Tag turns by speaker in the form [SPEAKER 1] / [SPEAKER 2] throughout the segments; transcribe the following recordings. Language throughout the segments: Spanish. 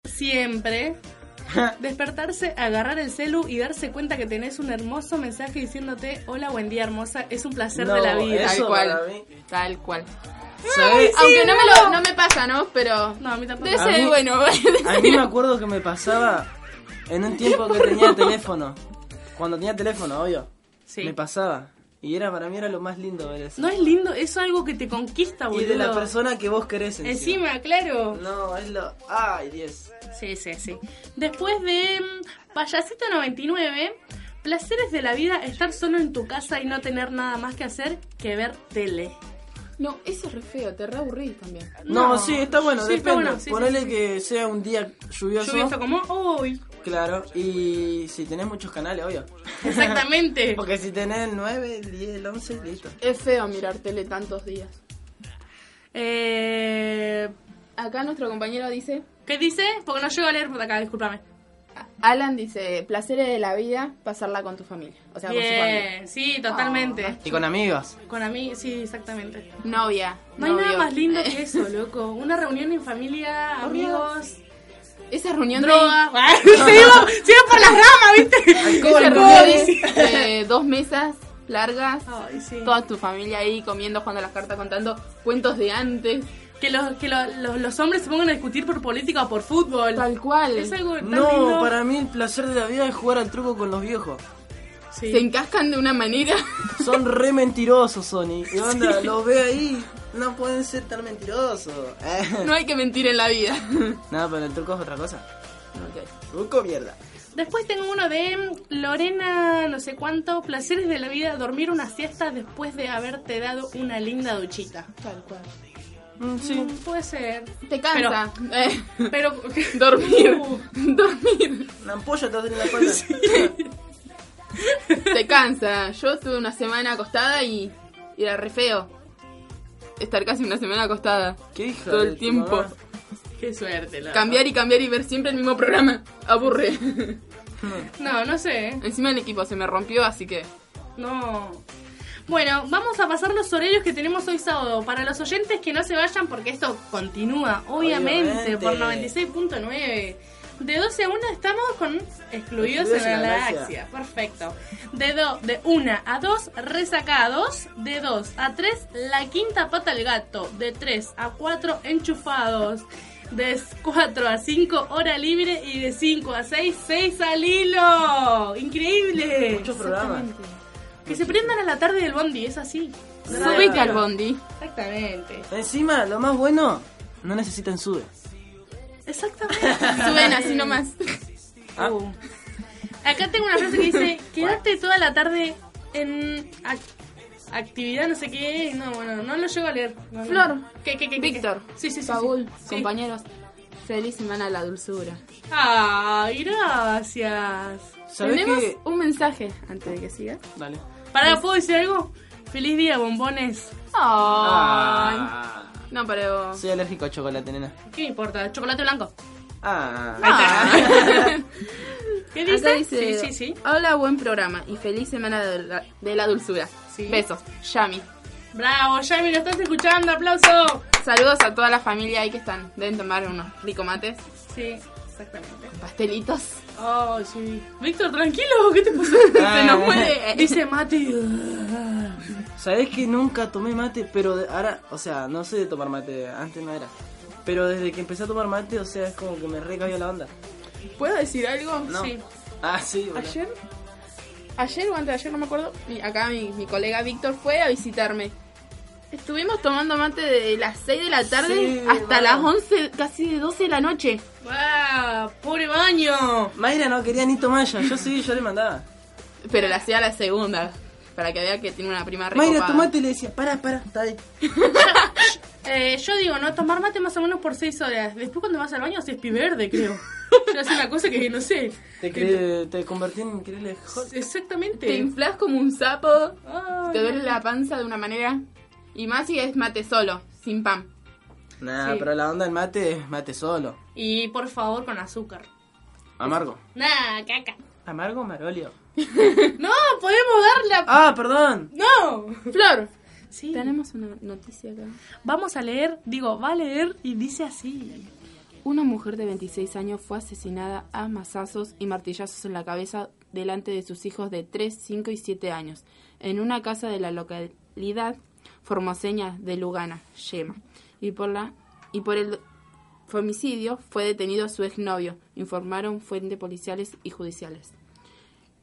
[SPEAKER 1] siempre. Despertarse, agarrar el celu y darse cuenta que tenés un hermoso mensaje diciéndote hola, buen día, hermosa, es un placer de la
[SPEAKER 2] No,
[SPEAKER 1] vida.
[SPEAKER 2] eso
[SPEAKER 3] Tal cual.
[SPEAKER 2] para mí.
[SPEAKER 3] Tal cual.
[SPEAKER 2] ¿Sabés?
[SPEAKER 3] Aunque no me, lo, no me pasa, ¿no? Pero.
[SPEAKER 1] No, a mí tampoco.
[SPEAKER 3] De
[SPEAKER 2] A mí-
[SPEAKER 3] ese, bueno.
[SPEAKER 2] A mí me acuerdo que me pasaba en un tiempo que tenía teléfono. Cuando tenía teléfono, obvio.
[SPEAKER 1] Sí.
[SPEAKER 2] Me pasaba. Y era para mí era lo más lindo ver eso.
[SPEAKER 1] No es lindo, es algo que te conquista, boludo.
[SPEAKER 2] y de la persona que vos querés encima.
[SPEAKER 1] Encima, claro.
[SPEAKER 2] No, es lo... ¡Ay, 10!
[SPEAKER 1] Sí, sí, sí. Después de mm, Payasito 99, placeres de la vida, estar solo en tu casa y no tener nada más que hacer que ver tele.
[SPEAKER 3] No, eso es re feo, te re aburrís también.
[SPEAKER 2] No,
[SPEAKER 1] No.
[SPEAKER 2] sí, está bueno,
[SPEAKER 1] Sí, está
[SPEAKER 2] depende.
[SPEAKER 1] bueno, sí, sí,
[SPEAKER 2] Ponele
[SPEAKER 1] sí, sí.
[SPEAKER 2] que sea un día lluvioso.
[SPEAKER 1] Yo vi esto como, uy,
[SPEAKER 2] Claro, y si tenés muchos canales, obvio.
[SPEAKER 1] exactamente.
[SPEAKER 2] Porque si tenés el 9, el 10, el 11, listo.
[SPEAKER 3] Es feo mirar tele tantos días.
[SPEAKER 1] Eh,
[SPEAKER 3] Acá nuestro compañero dice.
[SPEAKER 1] ¿Qué dice? Porque no llego a leer por acá, discúlpame.
[SPEAKER 3] Alan dice, placeres de la vida, pasarla con tu familia. O sea, con su familia.
[SPEAKER 1] Bien, sí, totalmente.
[SPEAKER 2] Y con amigos.
[SPEAKER 1] Con a mí, Ah. sí, exactamente.
[SPEAKER 3] Novia.
[SPEAKER 1] No hay nada
[SPEAKER 3] novio.
[SPEAKER 1] más lindo que eso, loco. Una reunión en familia, amigos,
[SPEAKER 3] Esa reunión
[SPEAKER 1] droga. Ah, sigo, sigo por las ramas,
[SPEAKER 3] de
[SPEAKER 1] ¿viste?
[SPEAKER 3] esa
[SPEAKER 1] Alcohol.
[SPEAKER 3] reunión de, eh, dos mesas largas,
[SPEAKER 1] Ay, sí.
[SPEAKER 3] toda tu familia ahí comiendo, jugando a las cartas, contando cuentos de antes,
[SPEAKER 1] Que, los, que lo- los, los hombres se pongan a discutir por política o por fútbol.
[SPEAKER 3] tal cual.
[SPEAKER 1] Es algo tan
[SPEAKER 2] No,
[SPEAKER 1] lindo.
[SPEAKER 2] para mí el placer de la vida es jugar al truco con los viejos.
[SPEAKER 1] Sí.
[SPEAKER 3] Se encascan de una manera.
[SPEAKER 2] Son re mentirosos, Sony. Y onda, los ve ahí. No pueden ser tan mentirosos. Eh.
[SPEAKER 3] No hay que mentir en la vida.
[SPEAKER 2] Nada, pero el truco es otra cosa.
[SPEAKER 3] Ok.
[SPEAKER 2] Truco mierda.
[SPEAKER 1] Después tengo uno de mm, Lorena, no sé cuánto, placeres de la vida, dormir una siesta después de haberte dado una linda duchita.
[SPEAKER 3] Tal cual.
[SPEAKER 2] sí.
[SPEAKER 1] Mm, Puede ser.
[SPEAKER 3] Te cansa. Eh,
[SPEAKER 1] Pero...
[SPEAKER 3] dormir.
[SPEAKER 1] Uh,
[SPEAKER 3] dormir.
[SPEAKER 2] Una ampolla te va a tener en la espalda.
[SPEAKER 3] Te cansa. Yo estuve una semana acostada y y era re feo. Estar casi una semana acostada.
[SPEAKER 2] ¿Qué hija
[SPEAKER 3] Todo
[SPEAKER 2] de
[SPEAKER 3] el
[SPEAKER 2] tu
[SPEAKER 3] tiempo.
[SPEAKER 2] mamá?
[SPEAKER 1] qué suerte, la
[SPEAKER 3] Cambiar y cambiar y ver siempre el mismo programa. Aburre.
[SPEAKER 1] verdad. No, no sé. ¿eh?
[SPEAKER 3] Encima el equipo se me rompió, así que.
[SPEAKER 1] No. Bueno, vamos a pasar los horarios que tenemos hoy sábado. Para los oyentes que no se vayan, porque esto continúa, obviamente,
[SPEAKER 2] Obviamente.
[SPEAKER 1] por 96.9. De 12 a 1 estamos con Excluidos
[SPEAKER 2] Excluidos
[SPEAKER 1] en la
[SPEAKER 2] en la
[SPEAKER 1] Galaxia. Perfecto. De, do- de 1 a 2, Resacados. De 2 a 3, La Quinta Pata al Gato. De 3 a 4, Enchufados. De 4 a 5, Hora Libre. Y de 5 a 6, 6 al Hilo. Increíble.
[SPEAKER 2] Muchos programas.
[SPEAKER 1] Que se prendan a la tarde del bondi, es así.
[SPEAKER 3] Subite al bondi.
[SPEAKER 1] Exactamente.
[SPEAKER 2] Encima, lo más bueno, no necesitan sube.
[SPEAKER 1] Exactamente.
[SPEAKER 3] Suben así nomás.
[SPEAKER 2] Ah.
[SPEAKER 1] Uh. Acá tengo una frase que dice, quedarte toda la tarde en ac- actividad, no sé qué. No, bueno, no lo llego a leer. No, no.
[SPEAKER 3] Flor.
[SPEAKER 1] ¿Qué, qué, qué, qué?
[SPEAKER 3] Víctor.
[SPEAKER 1] Sí, sí, sí.
[SPEAKER 3] Saúl,
[SPEAKER 1] sí.
[SPEAKER 3] compañeros. Feliz semana de la dulzura.
[SPEAKER 1] Sí. Ay, Ah, gracias.
[SPEAKER 2] ¿Sabés
[SPEAKER 3] Tenemos
[SPEAKER 2] qué?
[SPEAKER 3] un mensaje antes de que siga.
[SPEAKER 2] Dale.
[SPEAKER 1] Pará, ¿puedo decir algo? Feliz día, bombones.
[SPEAKER 3] Ay.
[SPEAKER 2] Ah,
[SPEAKER 3] No, pero.
[SPEAKER 2] soy alérgico a chocolate, nena.
[SPEAKER 1] ¿Qué me importa? Chocolate blanco.
[SPEAKER 2] Ah.
[SPEAKER 3] Ah.
[SPEAKER 1] ¿Qué
[SPEAKER 3] Acá
[SPEAKER 1] dice?
[SPEAKER 3] dice,
[SPEAKER 1] Sí, sí, sí.
[SPEAKER 3] Hola, buen programa y feliz semana de la, de la dulzura.
[SPEAKER 1] Sí.
[SPEAKER 3] Besos, Yami.
[SPEAKER 1] Bravo, Jaime, lo estás escuchando. Aplauso.
[SPEAKER 3] Saludos a toda la familia ahí que están. Deben tomar unos ricos mates,
[SPEAKER 1] Sí, exactamente.
[SPEAKER 3] pastelitos.
[SPEAKER 1] Oh, sí. Víctor, tranquilo, ¿qué te pasó?
[SPEAKER 3] Se nos muere.
[SPEAKER 1] Dice Mati.
[SPEAKER 2] Sabés que nunca tomé mate, pero de- ahora, o sea, no soy de tomar mate, antes no era. Pero desde que empecé a tomar mate, o sea, es como que me recabió la onda.
[SPEAKER 3] ¿Puedo decir algo?
[SPEAKER 2] No.
[SPEAKER 1] Sí.
[SPEAKER 2] Ah, sí, boludo.
[SPEAKER 3] Ayer, ayer o antes de ayer, no me acuerdo, mi- acá mi, mi colega Víctor fue a visitarme. Estuvimos tomando mate de las 6 de la tarde
[SPEAKER 2] Sí,
[SPEAKER 3] hasta
[SPEAKER 2] bueno.
[SPEAKER 3] las 11, casi de 12 de la noche.
[SPEAKER 1] ¡Wow! Ah, ¡Pobre baño!
[SPEAKER 2] Mayra no quería ni tomar ya, yo sí, yo le mandaba.
[SPEAKER 3] Pero la hacía a la segunda, para que vea que tiene una prima
[SPEAKER 2] Mayra,
[SPEAKER 3] recopada.
[SPEAKER 2] tomate y le decía, para, para, está ahí.
[SPEAKER 1] Eh, yo digo, no, tomar mate más o menos por 6 horas. Después cuando vas al baño haces pi verde, creo. Yo hace una cosa que no sé.
[SPEAKER 2] Te, cre- te convertí en increíble Hulk.
[SPEAKER 3] Te
[SPEAKER 1] Exactamente.
[SPEAKER 3] inflas como un sapo,
[SPEAKER 1] Ay,
[SPEAKER 3] te duele la panza de una manera. Y más si es mate solo, sin pan.
[SPEAKER 2] Nah,
[SPEAKER 1] Sí.
[SPEAKER 2] pero la onda del mate es mate solo.
[SPEAKER 1] Y por favor, con azúcar.
[SPEAKER 2] Amargo.
[SPEAKER 1] Nah, caca.
[SPEAKER 2] ¿Amargo marolio?
[SPEAKER 1] No, podemos darla.
[SPEAKER 2] Ah, perdón.
[SPEAKER 1] ¡No!
[SPEAKER 3] Flor,
[SPEAKER 1] Sí.
[SPEAKER 3] tenemos una noticia acá.
[SPEAKER 1] Vamos a leer, digo, va a leer y dice así.
[SPEAKER 3] Una mujer de 26 años fue asesinada a mazazos y martillazos en la cabeza delante de sus hijos de 3, 5 y 7 años en una casa de la localidad formoseña de Lugana, Yema. Y por, la, y por el homicidio fue detenido su exnovio, informaron fuentes policiales y judiciales.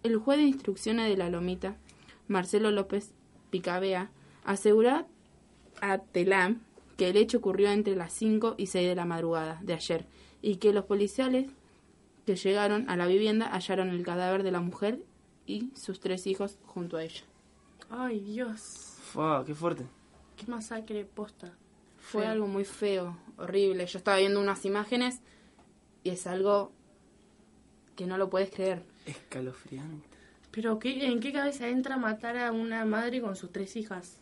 [SPEAKER 3] El juez de instrucciones de la Lomita, Marcelo López Picabea, asegura a Telam que el hecho ocurrió entre las 5 y 6 de la madrugada de ayer y que los policiales que llegaron a la vivienda hallaron el cadáver de la mujer y sus tres hijos junto a ella.
[SPEAKER 1] Ay, Dios.
[SPEAKER 2] Wow, qué fuerte.
[SPEAKER 1] Qué masacre posta.
[SPEAKER 3] Fue
[SPEAKER 1] Feo.
[SPEAKER 3] algo muy feo, horrible. Yo estaba viendo unas imágenes y es algo que no lo puedes creer.
[SPEAKER 2] Escalofriante.
[SPEAKER 1] Pero ¿qué- ¿en qué cabeza entra matar a una madre con sus tres hijas?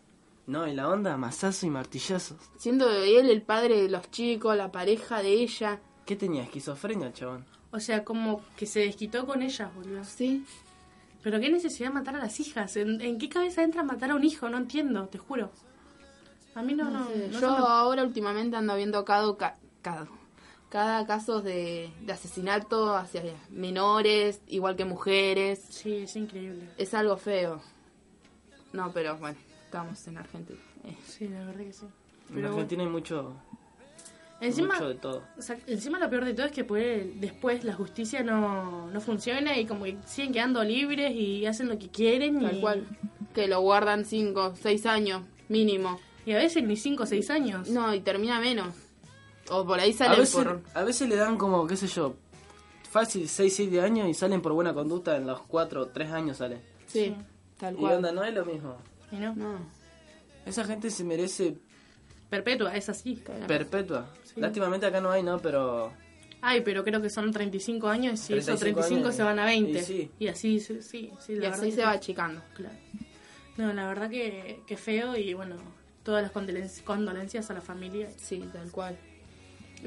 [SPEAKER 2] No, y la onda, masazo y martillazos.
[SPEAKER 3] Siendo él el padre de los chicos, la pareja de ella.
[SPEAKER 2] ¿Qué tenía? Esquizofrenia, el chabón.
[SPEAKER 1] O sea, como que se desquitó con ellas, boludo.
[SPEAKER 3] Sí,
[SPEAKER 1] Pero qué necesidad de matar a las hijas. ¿En, en qué cabeza entra matar a un hijo? No entiendo, te juro. A mí no, no,
[SPEAKER 3] sé. Yo
[SPEAKER 1] no se me-
[SPEAKER 3] ahora últimamente ando viendo cada, ca- cada, cada caso de, de asesinato hacia menores, igual que mujeres.
[SPEAKER 1] Sí, es increíble.
[SPEAKER 3] Es algo feo. No, pero bueno, estamos en Argentina. Eh.
[SPEAKER 1] Sí, la verdad que sí.
[SPEAKER 2] en
[SPEAKER 1] Pero bueno.
[SPEAKER 2] Argentina hay mucho,
[SPEAKER 1] Encima,
[SPEAKER 2] mucho de todo.
[SPEAKER 1] o sea, encima lo peor de todo es que por el- después la justicia no, no funciona y como que siguen quedando libres y hacen lo que quieren.
[SPEAKER 3] Tal
[SPEAKER 1] y,
[SPEAKER 3] cual. Que lo guardan 5, 6 años mínimo.
[SPEAKER 1] Y a veces ni 5 o 6 años.
[SPEAKER 3] No, y termina menos. O por ahí
[SPEAKER 2] A
[SPEAKER 3] sale
[SPEAKER 2] veces,
[SPEAKER 3] por...
[SPEAKER 2] a veces le dan como, qué sé yo, fácil 6, 7 años y salen por buena conducta en los 4 o 3 años sale.
[SPEAKER 3] Sí, tal
[SPEAKER 2] Y
[SPEAKER 3] cual.
[SPEAKER 2] onda, no es lo mismo.
[SPEAKER 1] Y no.
[SPEAKER 3] No.
[SPEAKER 2] Esa gente se merece
[SPEAKER 1] Perpetua, es así.
[SPEAKER 3] claro.
[SPEAKER 2] perpetua. Lástimamente acá no hay, ¿no? Pero...
[SPEAKER 1] Ay, pero creo que son 35 años y esos
[SPEAKER 2] 35
[SPEAKER 1] 35
[SPEAKER 2] años.
[SPEAKER 1] se van a 20.
[SPEAKER 2] Y sí.
[SPEAKER 1] Y así, sí, sí, sí,
[SPEAKER 3] y
[SPEAKER 1] la verdad
[SPEAKER 3] así
[SPEAKER 1] que
[SPEAKER 3] se va
[SPEAKER 1] sí.
[SPEAKER 3] achicando.
[SPEAKER 1] Claro. No, la verdad que, que feo y bueno, todas las condolen- condolencias a la familia.
[SPEAKER 3] Sí, tal cual.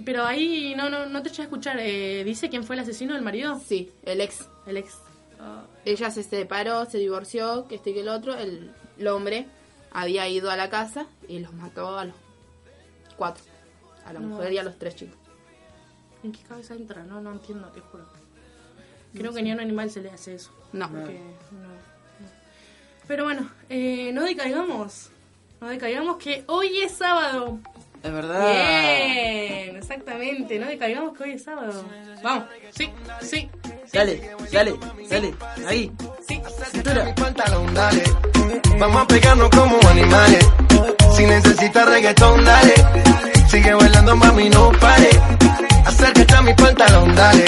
[SPEAKER 1] Pero ahí no no, no te eché a escuchar. Eh, ¿Dice quién fue el asesino del marido?
[SPEAKER 3] Sí, el ex.
[SPEAKER 1] El ex. Ah,
[SPEAKER 3] Ella se separó, se divorció, que este y que el otro. El, el hombre había ido a la casa y los mató a los cuatro. A la
[SPEAKER 1] No.
[SPEAKER 3] mujer y a los tres chicos.
[SPEAKER 1] ¿En qué cabeza entra? No, no entiendo, te juro. Creo que ni a un animal se le hace eso.
[SPEAKER 3] No.
[SPEAKER 2] Ah.
[SPEAKER 1] Porque no, no. Pero bueno, eh, no decaigamos. No decaigamos que hoy es sábado.
[SPEAKER 2] Es verdad.
[SPEAKER 1] Bien, exactamente. No decaigamos que hoy es sábado. Vamos. Sí, sí. sí.
[SPEAKER 2] Dale, dale, dale. Ahí.
[SPEAKER 1] Sí.
[SPEAKER 2] Cintura.
[SPEAKER 4] Mi pantalón, dale. Vamos a pegarnos como animales. Si necesitas reggaetón, dale. Sigue bailando, mami, no pare. Acércate a mi pantalón, dale.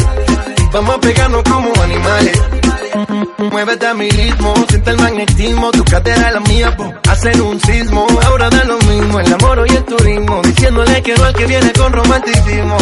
[SPEAKER 4] Vamos a pegarnos como animales. Muévete a mi ritmo, siente el magnetismo, tu cadera es la mía, boom, hacen un sismo. Ahora da lo mismo, el amor y el turismo, diciéndole que no al que viene con romanticismo.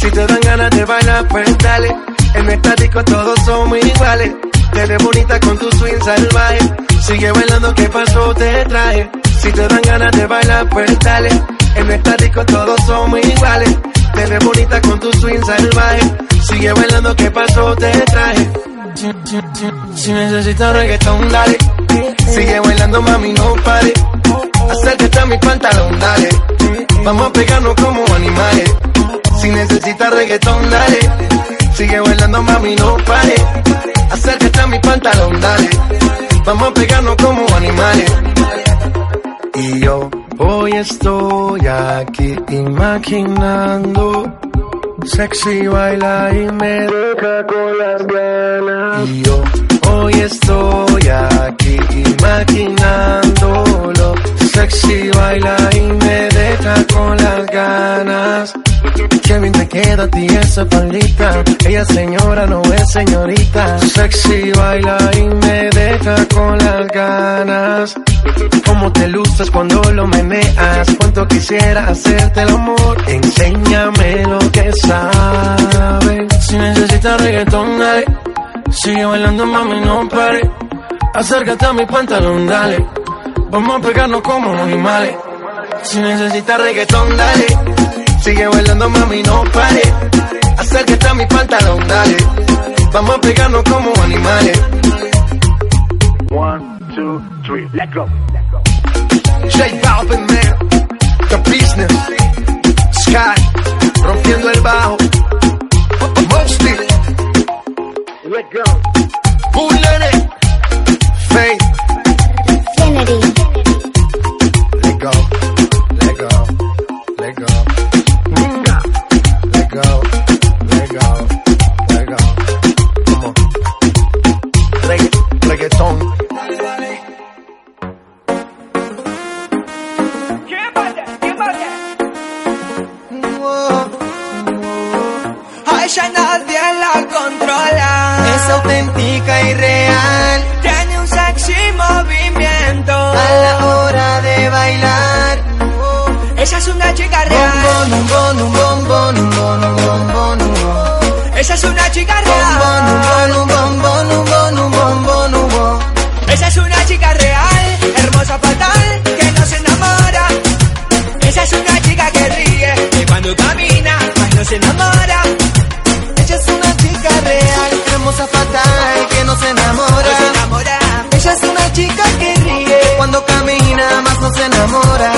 [SPEAKER 4] Si te dan ganas de bailar, pues dale. En estático todos somos iguales. Te ves bonita con tu swing salvaje. Sigue bailando, ¿qué pasó? Te traje. Si te dan ganas de bailar, pues dale. En estático todos somos iguales. Te ves bonita con tu swing salvaje. Sigue bailando, ¿qué pasó? Te traje. Si necesitas reggaetón, dale. Sigue bailando, mami, no pare. Acércate a mi pantalón, dale. Vamos a pegarnos como animales. Si necesitas reggaetón, dale. Sigue bailando, mami, no pare. Acércate a mi pantalón, dale. Vamos a pegarnos como animales. Y yo hoy estoy aquí imaginando. Sexy baila y me deja con las ganas. Y yo hoy estoy aquí imaginándolo. Sexy baila y me deja con las ganas. Qué bien te queda a ti esa palita. Ella es señora no es señorita. Sexy baila y me deja con las ganas. Cómo te luces cuando lo meneas. Cuánto quisiera hacerte el amor. Enséñame lo que sabes. Si necesitas reggaetón, dale. Sigue bailando, mami, no pare. Acércate a mi pantalón, dale. Vamos a pegarnos como animales. Si necesitas reggaetón, dale. Sigue bailando, mami, no pare. Acércate a mi pantalón, dale. Vamos a pegarnos como animales.
[SPEAKER 5] One, two, three, let go.
[SPEAKER 4] J Balvin, man. The business. Sky. rompiendo el bajo. Mosty,
[SPEAKER 6] Let's go.
[SPEAKER 4] Bullet, Faith,
[SPEAKER 7] Infinity.
[SPEAKER 4] let go, let go, let go. Let go, let go, let go. Come on. Reggae, reggaeton.
[SPEAKER 8] A ella nadie la controla.
[SPEAKER 9] Es auténtica y real
[SPEAKER 8] Tiene un sexy movimiento.
[SPEAKER 9] a la hora de bailar.
[SPEAKER 8] Ella es una chica real.
[SPEAKER 9] Bombón, un bon, un bombón, un bon, un bombón, un bon.
[SPEAKER 8] Ella es una chica
[SPEAKER 9] Bombón, un
[SPEAKER 8] real.
[SPEAKER 9] bon, un bombón, un bon, un bombón, un bon.
[SPEAKER 8] Ella es una chica real, hermosa fatal, que no se enamora. Ella es una chica que ríe y cuando camina, cuando se enamora.
[SPEAKER 9] Ella es una chica real, hermosa fatal, que no se
[SPEAKER 8] No se
[SPEAKER 9] enamora.
[SPEAKER 8] enamora.
[SPEAKER 9] Ella es una chica que ríe, cuando camina más no se enamora.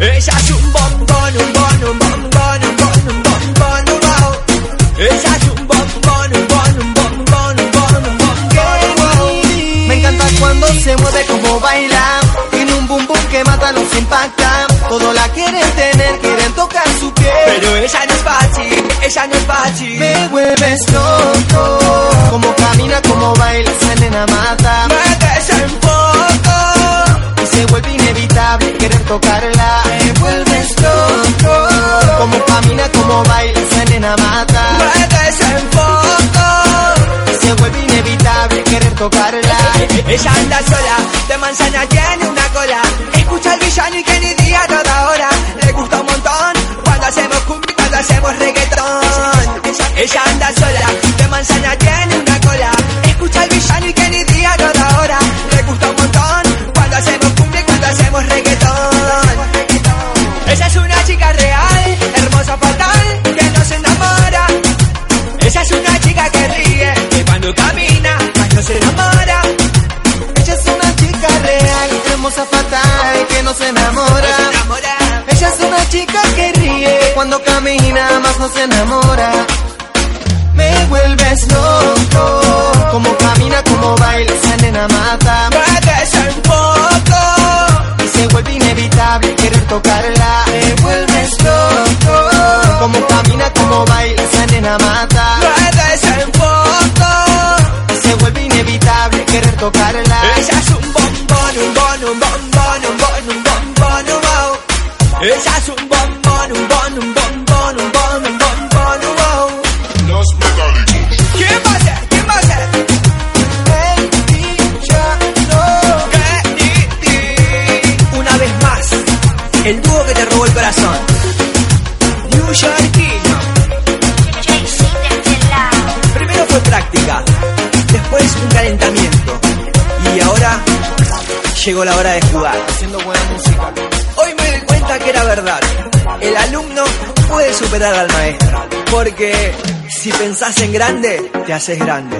[SPEAKER 8] Ella es un bombón, un bon, un bombón, un bon, un bombón, un bon. Ella es un bombón, un bon, un bombón, un bon, un bombón.
[SPEAKER 9] Me encanta cuando se mueve como baila. Tiene un bum bum que mata, nos impacta. Todo la quieren tener, quieren tocar su piel.
[SPEAKER 8] Pero ella no es fácil, ella no es fácil.
[SPEAKER 9] Me vuelves loco. Como camina, como baila, esa nena mata.
[SPEAKER 8] Me desenfoco.
[SPEAKER 9] Y se vuelve inevitable querer tocarla. Me vuelves loco. Como camina, como baila, esa nena mata.
[SPEAKER 8] Me desenfoco.
[SPEAKER 9] Y se vuelve inevitable querer tocarla.
[SPEAKER 8] Ella anda sola, de manzana tiene una cola. Escucha al villano y que ni día a toda hora. Le gusta un montón cuando hacemos cumbia, cuando hacemos reggaetón. Ella, ella anda sola, de manzana tiene una cola. Escucha al villano y que ni día a toda hora. Le gusta un montón cuando hacemos cumbia, y cuando hacemos reggaetón. Ella es una chica real, hermosa fatal, que no se enamora. Ella es una chica que ríe, que cuando camina, cuando se enamora.
[SPEAKER 9] Ella es una chica real, hermosa fatal, que
[SPEAKER 8] Cuando
[SPEAKER 9] no se
[SPEAKER 8] se
[SPEAKER 9] enamora.
[SPEAKER 8] enamora.
[SPEAKER 9] Ella es una chica que ríe cuando camina más no se enamora. Me vuelves loco, como camina, como baila esa nena mata.
[SPEAKER 8] Me desenfoco.
[SPEAKER 9] Y se vuelve inevitable querer tocarla. Me vuelves loco, como camina, como baila esa nena mata.
[SPEAKER 8] Me desenfoco.
[SPEAKER 9] Y se vuelve inevitable querer tocarla.
[SPEAKER 8] Ella es un bombón, un bon, un bombón, un bon, un bombón, un wow. Ella es un bombón, un bon, un bombón, un bon, un bombón, un wow. ¿Quién va a ser? ¿Quién va a ser?
[SPEAKER 9] El villano.
[SPEAKER 8] Kennedy. Una vez más, el dúo que te robó el corazón. New Yorkino. Primero fue práctica, después un calentamiento. Y ahora llegó la hora de jugar.
[SPEAKER 9] Haciendo buena música.
[SPEAKER 8] Hoy me di cuenta que era verdad. El alumno puede superar al maestro. Porque si pensás en grande, te haces grande.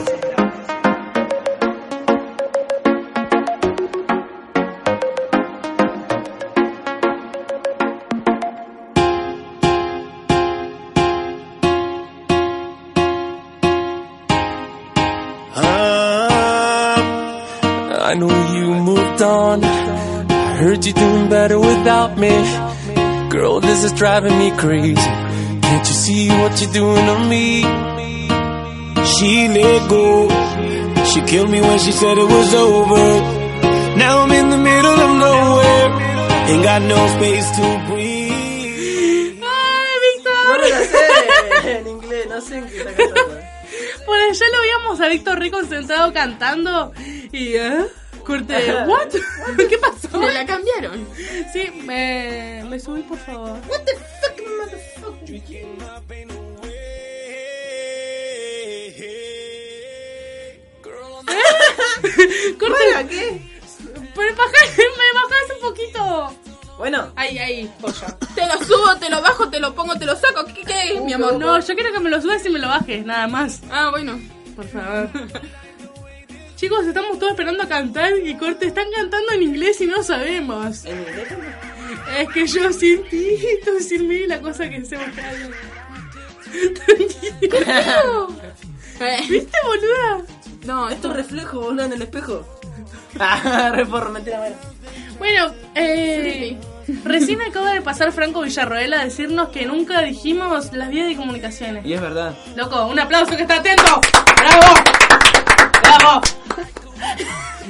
[SPEAKER 10] I know you moved on. I heard you doing better without me. Girl, this is driving me crazy. Can't you see what you're doing to me? She let go. She killed me when she said it was over. Now I'm in the middle of nowhere. Ain't got no space to breathe.
[SPEAKER 1] ¡Ay, ¡Ah, Víctor!
[SPEAKER 2] No lo sé en inglés, no sé en qué está cantando.
[SPEAKER 1] Por allá lo veíamos a Víctor Rico sentado cantando y ¿eh? corte, ¿what? ¿Qué pasó?
[SPEAKER 11] Me la cambiaron.
[SPEAKER 1] Sí, me, me subí por favor. Corte.
[SPEAKER 2] ¿qué?
[SPEAKER 1] Pero bajá- me bajás un poquito.
[SPEAKER 2] Bueno,
[SPEAKER 1] Ahí, ahí, joya.
[SPEAKER 11] Te lo subo, te lo bajo, te lo pongo, te lo saco. ¿Qué, qué es, mi amor?
[SPEAKER 1] No, yo quiero que me lo subas y me lo bajes, nada más.
[SPEAKER 11] Ah, bueno.
[SPEAKER 1] Por favor. Chicos, estamos todos esperando a cantar y corte, están cantando en inglés y no sabemos.
[SPEAKER 2] en inglés.
[SPEAKER 1] Es que yo sin ti, tú sin mí, la cosa que se me cae. Tranquilo. ¿Viste, boluda?
[SPEAKER 3] No,
[SPEAKER 2] Es tu reflejo, boludo, en el espejo. Ah, reforro, mentira, bueno.
[SPEAKER 1] Bueno, eh, recién acaba de pasar Franco Villarroel a decirnos que nunca dijimos las vías de comunicaciones.
[SPEAKER 2] Y es verdad.
[SPEAKER 1] Loco, un aplauso que está atento. ¡Bravo! ¡Bravo!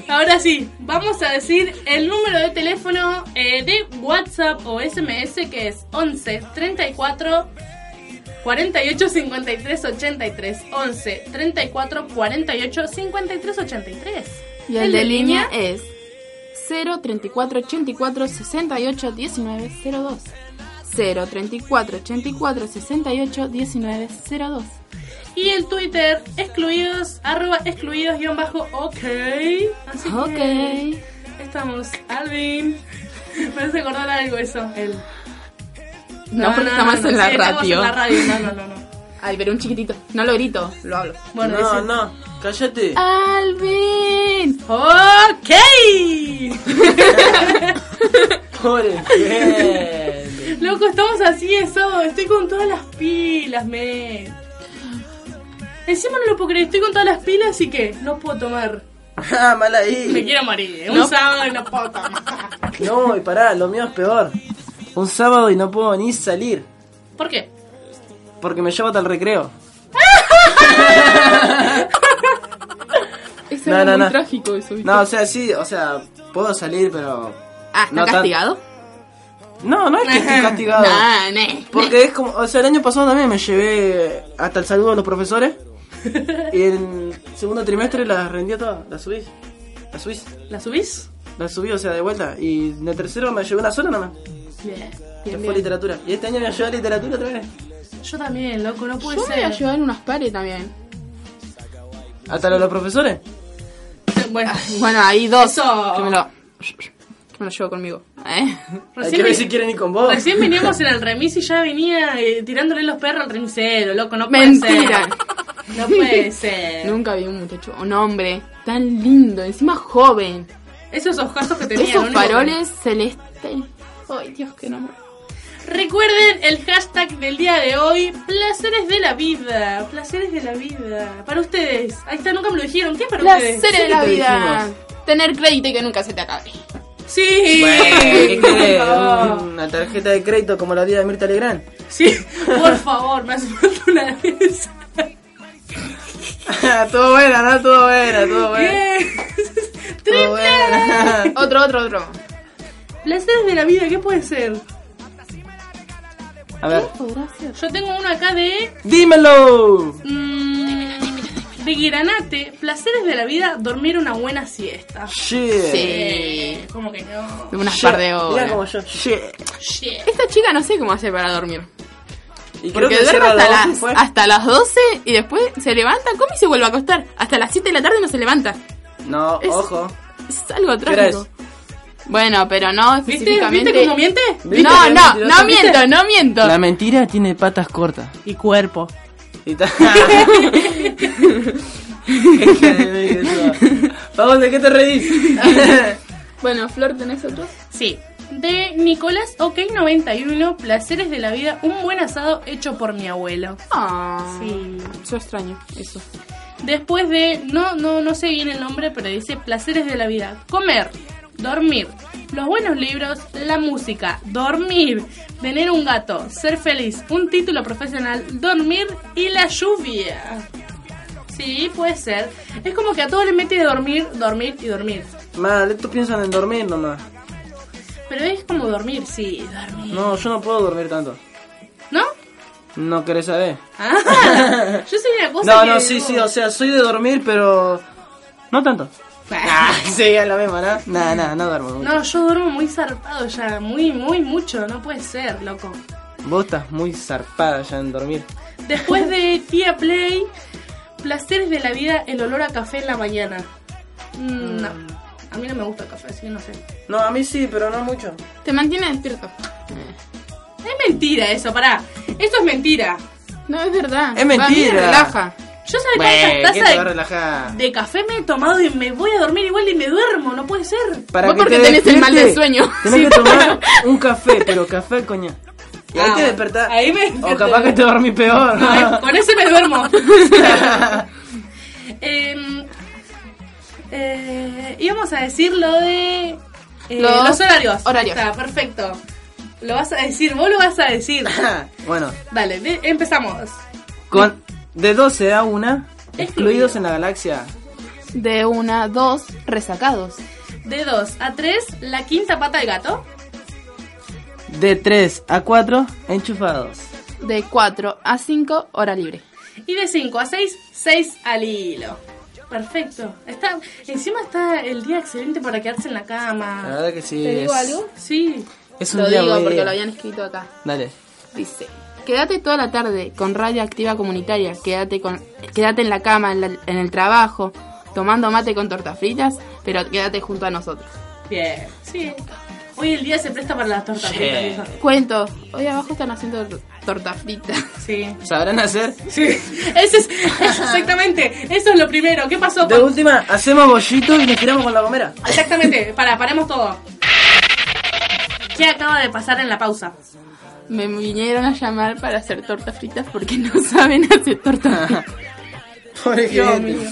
[SPEAKER 1] Ahora sí, vamos a decir el número de teléfono eh, de WhatsApp o SMS que es 11 34 48 53 83 11 34 48 53 83
[SPEAKER 3] Y el de línea es 0 34 84 68 19 02. 0 34 84 68 19 02.
[SPEAKER 1] y el Twitter excluidos arroba excluidos guión bajo ok así que
[SPEAKER 3] Ok.
[SPEAKER 1] estamos Alvin me hace acordar algo eso el
[SPEAKER 3] No, porque estamos en la
[SPEAKER 1] sí, estamos
[SPEAKER 3] radio.
[SPEAKER 1] en la radio. No, no, no, no.
[SPEAKER 3] Ay, pero un chiquitito. No lo grito, lo hablo.
[SPEAKER 1] Bueno,
[SPEAKER 2] no,
[SPEAKER 1] dice- Ah.
[SPEAKER 2] no, cállate.
[SPEAKER 3] ¡Alvin!
[SPEAKER 1] ¡Ok!
[SPEAKER 2] Pobre fiel.
[SPEAKER 1] Loco, estamos así eso. Estoy con todas las pilas, me. Encima no lo puedo creer, estoy con todas las pilas y que no puedo tomar.
[SPEAKER 2] Ah, mal
[SPEAKER 1] Me
[SPEAKER 2] ahí.
[SPEAKER 1] quiero morir. ¿eh? Un sábado y no puedo tomar.
[SPEAKER 2] No, y pará, lo mío es peor. Un sábado y no puedo ni salir.
[SPEAKER 1] ¿Por qué?
[SPEAKER 2] Porque me llevo hasta el recreo.
[SPEAKER 3] Es
[SPEAKER 2] No,
[SPEAKER 3] algo
[SPEAKER 2] no,
[SPEAKER 3] muy
[SPEAKER 2] no.
[SPEAKER 3] trágico eso. ¿viste?
[SPEAKER 2] No, o sea, sí, o sea, puedo salir, pero.
[SPEAKER 3] ah, ¿está
[SPEAKER 2] no tan-
[SPEAKER 3] castigado? Ah,
[SPEAKER 2] No, no es que esté castigado.
[SPEAKER 3] Nah, nah.
[SPEAKER 2] Porque es como, o sea, el año pasado también me llevé hasta el saludo de los profesores. Y en segundo trimestre las rendí a todas, las subí. Las subí,
[SPEAKER 1] ¿La subís?
[SPEAKER 2] las subí, o sea, de vuelta. Y en el tercero me llevé una sola nomás,
[SPEAKER 3] Bien,
[SPEAKER 2] que
[SPEAKER 3] bien,
[SPEAKER 2] fue
[SPEAKER 3] bien.
[SPEAKER 2] literatura. Y este año me llevé a literatura otra vez.
[SPEAKER 1] Yo también, loco, no puede
[SPEAKER 3] Yo me voy a
[SPEAKER 1] ser.
[SPEAKER 3] llevar unas pares también.
[SPEAKER 2] Hasta lo de los profesores.
[SPEAKER 1] Bueno,
[SPEAKER 3] Bueno, ahí dos.
[SPEAKER 1] Eso.
[SPEAKER 3] Que me lo. Que me lo llevo conmigo. ¿Eh?
[SPEAKER 2] Hay
[SPEAKER 1] recién,
[SPEAKER 2] que ver
[SPEAKER 1] vi-
[SPEAKER 2] si quieren ir con vos.
[SPEAKER 1] recién vinimos en el remis y ya venía eh, tirándole los perros al remisero, loco, no puede
[SPEAKER 3] Mentira.
[SPEAKER 1] ser. No puede ser.
[SPEAKER 3] Nunca vi un muchacho, un hombre tan lindo, encima joven.
[SPEAKER 1] Esos ojazos que tenían.
[SPEAKER 3] Esos
[SPEAKER 1] lo único que-
[SPEAKER 3] faroles celestes. Ay, Dios, qué nombre.
[SPEAKER 1] Recuerden el hashtag del día de hoy, placeres de la vida, placeres de la vida. Para ustedes, ahí está, nunca me lo dijeron, ¿qué es para
[SPEAKER 3] La
[SPEAKER 1] ustedes?
[SPEAKER 3] serie de la
[SPEAKER 2] te
[SPEAKER 3] vida. Tener crédito y que nunca se te acabe.
[SPEAKER 1] Sí,
[SPEAKER 2] ¿Qué querés?
[SPEAKER 1] No.
[SPEAKER 2] Una tarjeta de crédito como la vida de Mirta Legrand.
[SPEAKER 1] sí, por favor, me hace falta una de esas.
[SPEAKER 2] todo buena, ¿no? Todo buena, todo buena.
[SPEAKER 1] Bien.
[SPEAKER 2] Todo buena.
[SPEAKER 3] Otro, otro, otro.
[SPEAKER 1] Placeres de la vida, ¿qué puede ser?
[SPEAKER 2] A ver.
[SPEAKER 3] Podrá ser.
[SPEAKER 1] Yo tengo uno acá de...
[SPEAKER 2] ¡Dímelo!
[SPEAKER 1] mm, de Guiranate, placeres de la vida, dormir una buena siesta.
[SPEAKER 2] Shit.
[SPEAKER 3] Sí.
[SPEAKER 1] Como que no.
[SPEAKER 3] De unas
[SPEAKER 2] Shit.
[SPEAKER 3] par de
[SPEAKER 2] Mira como
[SPEAKER 3] horas.
[SPEAKER 2] yo. Shit.
[SPEAKER 1] Shit.
[SPEAKER 3] Esta chica no sé cómo hace para dormir.
[SPEAKER 2] Y creo
[SPEAKER 3] Porque
[SPEAKER 2] que
[SPEAKER 3] duerme
[SPEAKER 2] cierra
[SPEAKER 3] hasta
[SPEAKER 2] la
[SPEAKER 3] las,
[SPEAKER 2] voz
[SPEAKER 3] hasta las 12 y después se levanta, come y se vuelve a acostar. Hasta las 7 de la tarde no se levanta.
[SPEAKER 2] No,
[SPEAKER 3] Es-
[SPEAKER 2] ojo.
[SPEAKER 3] Es algo
[SPEAKER 2] ¿Qué hora
[SPEAKER 3] trágico. Bueno, pero no
[SPEAKER 1] ¿Viste?
[SPEAKER 3] específicamente.
[SPEAKER 1] ¿Viste cómo miente?
[SPEAKER 2] ¿Viste que
[SPEAKER 3] No,
[SPEAKER 2] era
[SPEAKER 3] no,
[SPEAKER 2] mentiroso?
[SPEAKER 3] no miento, no miento.
[SPEAKER 2] La mentira tiene patas cortas.
[SPEAKER 1] Y cuerpo.
[SPEAKER 2] Y ta- Vamos, ¿de qué te reís?
[SPEAKER 3] Bueno, Flor, ¿tenés otros?
[SPEAKER 1] Sí. De Nicolás OK91, Placeres de la Vida, un buen asado hecho por mi abuelo.
[SPEAKER 3] Ah,
[SPEAKER 1] Sí.
[SPEAKER 3] Yo extraño eso.
[SPEAKER 1] Después de, no, no, no sé bien el nombre, pero dice Placeres de la Vida. Comer, dormir, los buenos libros, la música, dormir, tener un gato, ser feliz, un título profesional, dormir y la lluvia. Sí, puede ser. Es como que a todo le mete de dormir, dormir y dormir.
[SPEAKER 2] Mal, estos piensan en dormir nomás.
[SPEAKER 1] Pero es como dormir, sí, dormir.
[SPEAKER 2] No, yo no puedo dormir tanto.
[SPEAKER 1] ¿No?
[SPEAKER 2] No querés saber.
[SPEAKER 1] Ah, yo soy una cosa
[SPEAKER 2] No,
[SPEAKER 1] que
[SPEAKER 2] no, sí,
[SPEAKER 1] digo-
[SPEAKER 2] sí, o sea, soy de dormir, pero. No tanto. Ah, sí, es lo mismo, ¿no? Nada, nada, no duermo. mucho.
[SPEAKER 1] No, yo duermo muy zarpado ya, muy, muy mucho, no puede ser, loco.
[SPEAKER 2] Vos estás muy zarpada ya en dormir.
[SPEAKER 1] Después de Tía Play, placeres de la vida, el olor a café en la mañana. Mm, No, a mí no me gusta el café, así que no sé.
[SPEAKER 2] No, a mí sí, pero no mucho.
[SPEAKER 3] Te mantiene despierto.
[SPEAKER 1] Es mentira eso, pará. Eso es mentira.
[SPEAKER 3] No, es verdad.
[SPEAKER 2] Es mentira.
[SPEAKER 3] Para mí me relaja.
[SPEAKER 1] Yo sabía que
[SPEAKER 2] Güey,
[SPEAKER 1] esa
[SPEAKER 2] ¿qué te va a
[SPEAKER 1] taza de,
[SPEAKER 2] relajar?
[SPEAKER 1] de café me he tomado y me voy a dormir igual y me duermo, no puede ser.
[SPEAKER 2] Para
[SPEAKER 3] Vos
[SPEAKER 2] que
[SPEAKER 3] porque
[SPEAKER 2] te
[SPEAKER 3] tenés el mal del
[SPEAKER 2] despierte,
[SPEAKER 3] sueño.
[SPEAKER 2] Tenés que tomar un café, pero café, coño. Y ahí
[SPEAKER 1] Ah,
[SPEAKER 2] te despertás.
[SPEAKER 1] ahí me
[SPEAKER 2] o
[SPEAKER 1] despierto.
[SPEAKER 2] capaz que te dormís peor.
[SPEAKER 1] Ay, con ese me duermo. Em, eh, íbamos a decir lo de eh, los,
[SPEAKER 3] Los
[SPEAKER 1] horarios.
[SPEAKER 3] horarios.
[SPEAKER 1] Está, perfecto. Lo vas a decir, vos lo vas a decir.
[SPEAKER 2] bueno,
[SPEAKER 1] Dale, de- empezamos.
[SPEAKER 2] con de 12 a 1,
[SPEAKER 1] Excluidos.
[SPEAKER 2] excluidos en la galaxia.
[SPEAKER 3] De una, dos, resacados.
[SPEAKER 1] De 2 a 3, la quinta pata del gato.
[SPEAKER 2] De 3 a 4, enchufados.
[SPEAKER 3] De cuatro a cinco, hora libre.
[SPEAKER 1] Y de 5 a 6, 6 al hilo. Perfecto. Está, encima está el día excelente para quedarse en la cama.
[SPEAKER 2] La verdad que sí.
[SPEAKER 3] Ah. ¿Te digo
[SPEAKER 2] es,
[SPEAKER 3] algo?
[SPEAKER 1] Sí.
[SPEAKER 2] es un
[SPEAKER 3] Lo
[SPEAKER 2] día
[SPEAKER 3] digo
[SPEAKER 2] muy-
[SPEAKER 3] porque lo habían escrito acá.
[SPEAKER 2] Dale.
[SPEAKER 3] Dice, quédate toda la tarde con radio activa comunitaria, quédate, con, quédate en la cama, en, la- en el trabajo, tomando mate con tortas fritas, pero quédate junto a nosotros.
[SPEAKER 1] Bien. Sí. Hoy el día se presta para las tortas.
[SPEAKER 2] Sí.
[SPEAKER 1] fritas, vieja.
[SPEAKER 3] Cuento, hoy abajo están haciendo tor- tortas fritas.
[SPEAKER 1] Sí.
[SPEAKER 2] ¿Sabrán hacer?
[SPEAKER 1] Sí, eso es, eso exactamente, eso es lo primero. ¿Qué pasó?
[SPEAKER 2] De última, hacemos bollito y nos tiramos con la gomera.
[SPEAKER 1] Exactamente, para, paremos todo. ¿Qué acaba de pasar en la pausa?
[SPEAKER 3] Me vinieron a llamar para hacer tortas fritas porque no saben hacer tortas fritas.
[SPEAKER 2] Pobre
[SPEAKER 1] Dios
[SPEAKER 2] gente.
[SPEAKER 1] mío.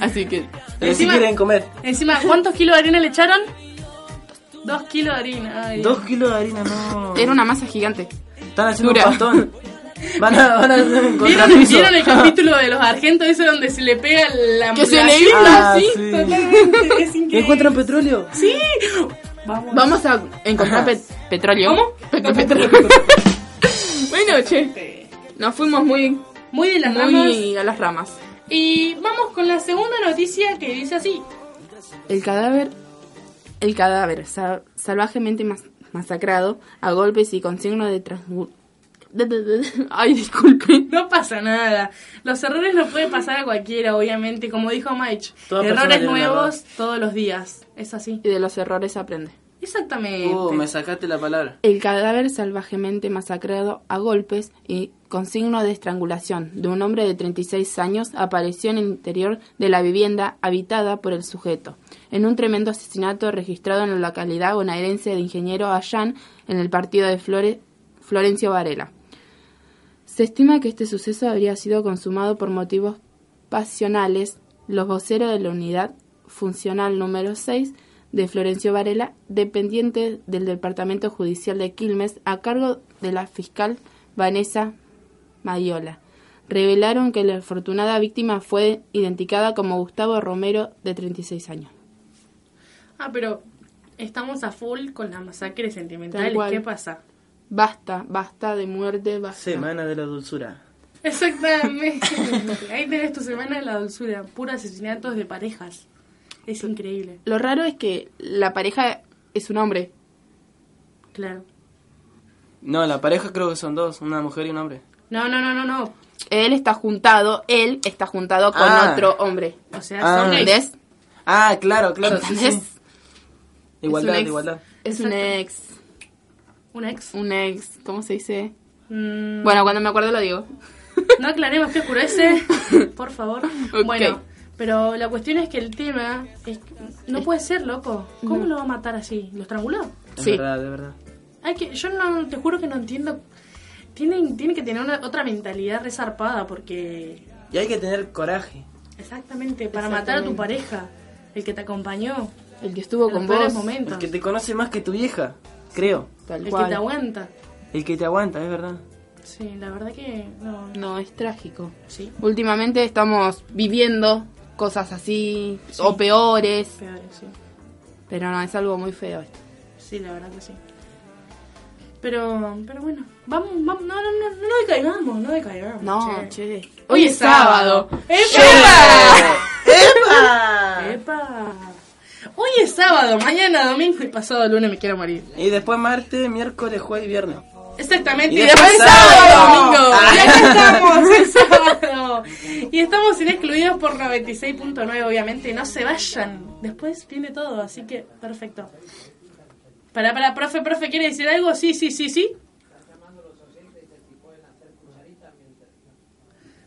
[SPEAKER 3] Así que,
[SPEAKER 2] Pero si
[SPEAKER 1] Encima-
[SPEAKER 2] quieren comer.
[SPEAKER 1] Encima, ¿cuántos kilos de harina le echaron? Dos kilos de harina. ay.
[SPEAKER 2] 2 kilos de harina, no.
[SPEAKER 3] era una masa gigante.
[SPEAKER 2] Están haciendo
[SPEAKER 3] Dura.
[SPEAKER 2] un pastón. Van a, van a hacer un
[SPEAKER 1] ¿Vieron,
[SPEAKER 2] contrapiso.
[SPEAKER 1] vieron el capítulo de los argentos ese donde se le pega la
[SPEAKER 3] Que se
[SPEAKER 1] la-
[SPEAKER 3] le
[SPEAKER 2] Ah,
[SPEAKER 3] vibra así.
[SPEAKER 2] sí.
[SPEAKER 1] Totalmente, es increíble.
[SPEAKER 2] ¿Encuentran petróleo?
[SPEAKER 1] Sí. Vamos.
[SPEAKER 3] Vamos a encontrar pe- petróleo.
[SPEAKER 1] ¿Cómo?
[SPEAKER 3] Pe- pe- petróleo. bueno, che, nos fuimos muy,
[SPEAKER 1] Muy de las ramas.
[SPEAKER 3] muy a las ramas.
[SPEAKER 1] Y vamos con la segunda noticia que dice así.
[SPEAKER 3] El cadáver, el cadáver sa- salvajemente mas- masacrado a golpes y con signo de transgu- Ay, disculpen.
[SPEAKER 1] No pasa nada. Los errores no pueden pasar a cualquiera, obviamente. Como dijo Mike,
[SPEAKER 2] Toda persona
[SPEAKER 1] errores
[SPEAKER 2] tiene un
[SPEAKER 1] nuevos todos los días. Es así.
[SPEAKER 3] Y de los errores aprende.
[SPEAKER 1] Exactamente.
[SPEAKER 2] Uh, me sacaste la palabra.
[SPEAKER 3] El cadáver salvajemente masacrado a golpes y con signo de estrangulación de un hombre de 36 años apareció en el interior de la vivienda habitada por el sujeto, en un tremendo asesinato registrado en la localidad bonaerense de Ingeniero Allán, en el partido de Flore- Florencio Varela. Se estima que este suceso habría sido consumado por motivos pasionales. Los voceros de la unidad funcional número 6 de Florencio Varela, dependiente del Departamento Judicial de Quilmes, a cargo de la fiscal Vanessa Madiola, revelaron que la afortunada víctima fue identificada como Gustavo Romero, de 36 años.
[SPEAKER 1] Ah, pero estamos a full con las masacres sentimentales.
[SPEAKER 3] Tal cual.
[SPEAKER 1] ¿Qué pasa?
[SPEAKER 3] Basta, basta de muerte, basta.
[SPEAKER 2] Semana de la dulzura.
[SPEAKER 1] Exactamente. Ahí tenés tu semana de la dulzura. Puro asesinatos de parejas. Es increíble.
[SPEAKER 3] Lo raro es que la pareja es un hombre.
[SPEAKER 1] Claro.
[SPEAKER 2] No, la pareja creo que son dos, una mujer y un hombre.
[SPEAKER 1] No, no, no, no, no.
[SPEAKER 3] Él está juntado, él está juntado con
[SPEAKER 2] Ah.
[SPEAKER 3] otro hombre.
[SPEAKER 1] O sea,
[SPEAKER 2] Ah.
[SPEAKER 1] son gays.
[SPEAKER 3] ¿Entendés?
[SPEAKER 2] Ah, claro, claro. sí, sí.
[SPEAKER 3] ¿Entendés?
[SPEAKER 2] Igualdad,
[SPEAKER 3] Es un ex-
[SPEAKER 2] igualdad.
[SPEAKER 3] Es un ex,
[SPEAKER 1] ¿Un ex?
[SPEAKER 3] un ex, ¿cómo se dice?
[SPEAKER 1] Mm,
[SPEAKER 3] Bueno, cuando me acuerdo lo digo.
[SPEAKER 1] No aclaremos que oscurece, eh. por favor.
[SPEAKER 3] Ok.
[SPEAKER 1] Bueno, pero la cuestión es que el tema es que no puede ser, loco. ¿Cómo lo va a matar así? ¿Lo estranguló?
[SPEAKER 2] Es
[SPEAKER 3] Sí.
[SPEAKER 2] verdad, es verdad.
[SPEAKER 1] Hay que, yo no, te juro que no entiendo. Tienen, tienen que tener una, otra mentalidad resarpada porque...
[SPEAKER 2] Y hay que tener coraje.
[SPEAKER 1] Exactamente, para matar a tu pareja, el que te acompañó,
[SPEAKER 3] El que estuvo
[SPEAKER 1] en los
[SPEAKER 3] con
[SPEAKER 1] peores
[SPEAKER 3] vos.
[SPEAKER 1] momentos,
[SPEAKER 2] El que te conoce más que tu vieja, creo.
[SPEAKER 3] Tal
[SPEAKER 1] el que
[SPEAKER 3] cual.
[SPEAKER 1] te aguanta.
[SPEAKER 2] El que te aguanta, es verdad.
[SPEAKER 1] Sí, la verdad que no...
[SPEAKER 3] No, es trágico.
[SPEAKER 1] Sí,
[SPEAKER 3] Últimamente estamos viviendo cosas así o peores.
[SPEAKER 1] peor, sí.
[SPEAKER 3] Pero no, es algo muy feo esto.
[SPEAKER 1] Sí, la verdad que sí. Pero, pero bueno, vamos, vamos, no, no, no, no decaigamos, no decaigamos.
[SPEAKER 3] No,
[SPEAKER 1] che.
[SPEAKER 3] che. Hoy es sábado.
[SPEAKER 1] ¡Epa! ¡Epa! ¡Epa! Hoy es sábado, mañana domingo y pasado lunes me quiero morir.
[SPEAKER 2] Y después martes, miércoles, jueves, viernes.
[SPEAKER 1] Exactamente,
[SPEAKER 2] Y Ah.
[SPEAKER 1] y
[SPEAKER 2] después
[SPEAKER 1] después sábado,
[SPEAKER 2] sábado.
[SPEAKER 1] domingo. Y acá estamos, es sábado. Y estamos en excluidos por 96.9, obviamente. No se vayan. Después tiene todo, así que perfecto. Para, para, profe, profe, ¿quiere decir algo? Sí, sí, sí, sí.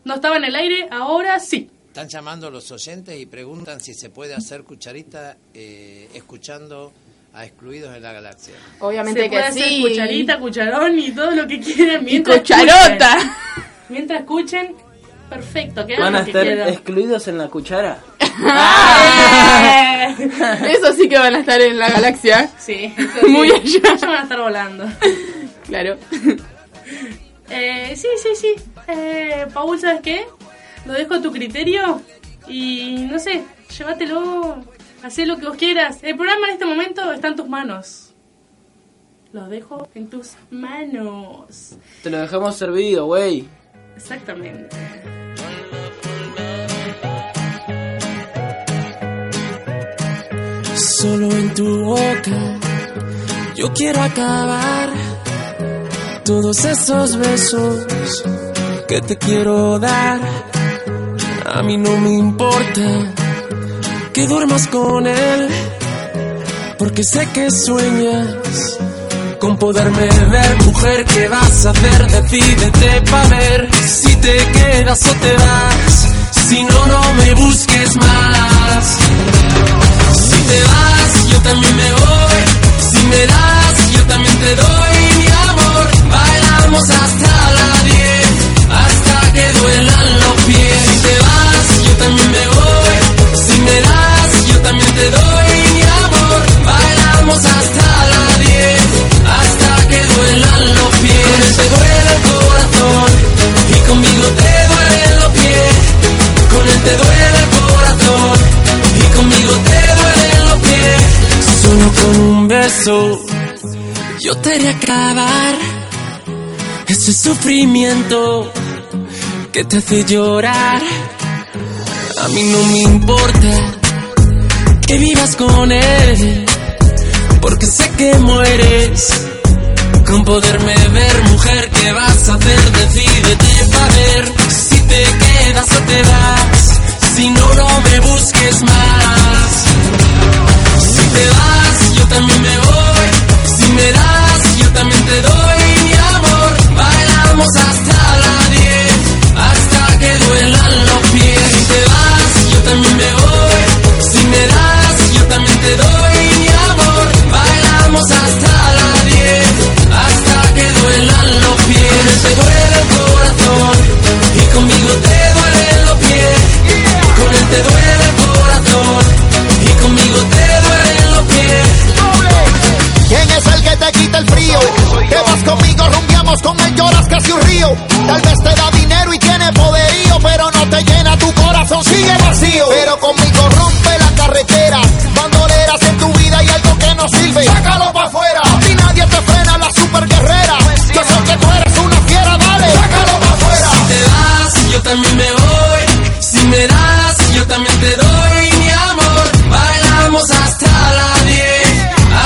[SPEAKER 1] No estaba en el aire, ahora sí.
[SPEAKER 12] Están llamando los oyentes y preguntan si se puede hacer cucharita eh, escuchando a excluidos en la galaxia.
[SPEAKER 3] Obviamente
[SPEAKER 1] Se
[SPEAKER 3] que
[SPEAKER 1] puede hacer
[SPEAKER 3] sí.
[SPEAKER 1] cucharita, cucharón y todo lo que quieran.
[SPEAKER 3] Y
[SPEAKER 1] Mientras
[SPEAKER 3] cucharota.
[SPEAKER 1] escuchen. Mientras escuchen, perfecto, que hagan
[SPEAKER 2] Van a
[SPEAKER 1] lo que
[SPEAKER 2] estar
[SPEAKER 1] quieran.
[SPEAKER 2] excluidos en la cuchara.
[SPEAKER 1] ¡Eh!
[SPEAKER 3] Eso sí que van a estar en la galaxia.
[SPEAKER 1] Sí, eso sí.
[SPEAKER 3] Muy allá.
[SPEAKER 1] Ya van a estar volando.
[SPEAKER 3] Claro.
[SPEAKER 1] Eh, sí, sí, sí. Eh, Paul, ¿sabes qué? Lo dejo a tu criterio y no sé, llévatelo, haz lo que vos quieras. El programa en este momento está en tus manos. Lo dejo en tus manos.
[SPEAKER 2] Te lo dejamos servido, güey.
[SPEAKER 1] Exactamente.
[SPEAKER 9] Solo en tu boca yo quiero acabar todos esos besos que te quiero dar. A mí no me importa que duermas con él, porque sé que sueñas con poderme ver. Mujer, ¿qué vas a hacer? Decídete pa' ver si te quedas o te vas. Si no, no me busques más. Si te vas, yo también me voy. Si me das, yo también te doy mi amor. Bailamos hasta las 10, hasta que duelan los pies. Si te vas, yo también me voy. Si me das, yo también te doy mi amor. Bailamos hasta las 10, hasta que duelan los pies. Con él te duele el corazón y conmigo te duelen los pies. Con él te duele el corazón y conmigo te duelen los pies. Solo con un beso yo te haré acabar ese sufrimiento que te hace llorar. A mí no me importa que vivas con él, porque sé que mueres con poderme ver, mujer, ¿qué vas a hacer? Decídete para ver si te quedas o te vas, si no, no me busques más. Si te vas, yo también me voy, si me das, yo también te doy mi amor. Bailamos hasta las 10, hasta que duelan los pies. Si te vas, yo también me voy, si me das, yo también te doy mi amor. Bailamos hasta las 10 hasta que duelan los pies. Con él te duele el corazón y conmigo te duelen los pies. Con él te duele el corazón y conmigo te duelen los pies.
[SPEAKER 8] ¿Quién es el que te quita el frío? Te vas conmigo, rumbiamos con él, lloras casi un río. Tal vez te da dinero y tiene poderío, pero no te llena tu corazón, sigue vacío. Pero conmigo rompe la carretera, bandoleras en tu vida y algo que no sirve. Sácalo para afuera, a ti nadie te frena, la super guerrera. Yo sé que tú eres una fiera, dale, sácalo para afuera.
[SPEAKER 9] Si te vas, yo también me voy. Si me das, yo también te doy mi amor. Bailamos hasta las 10,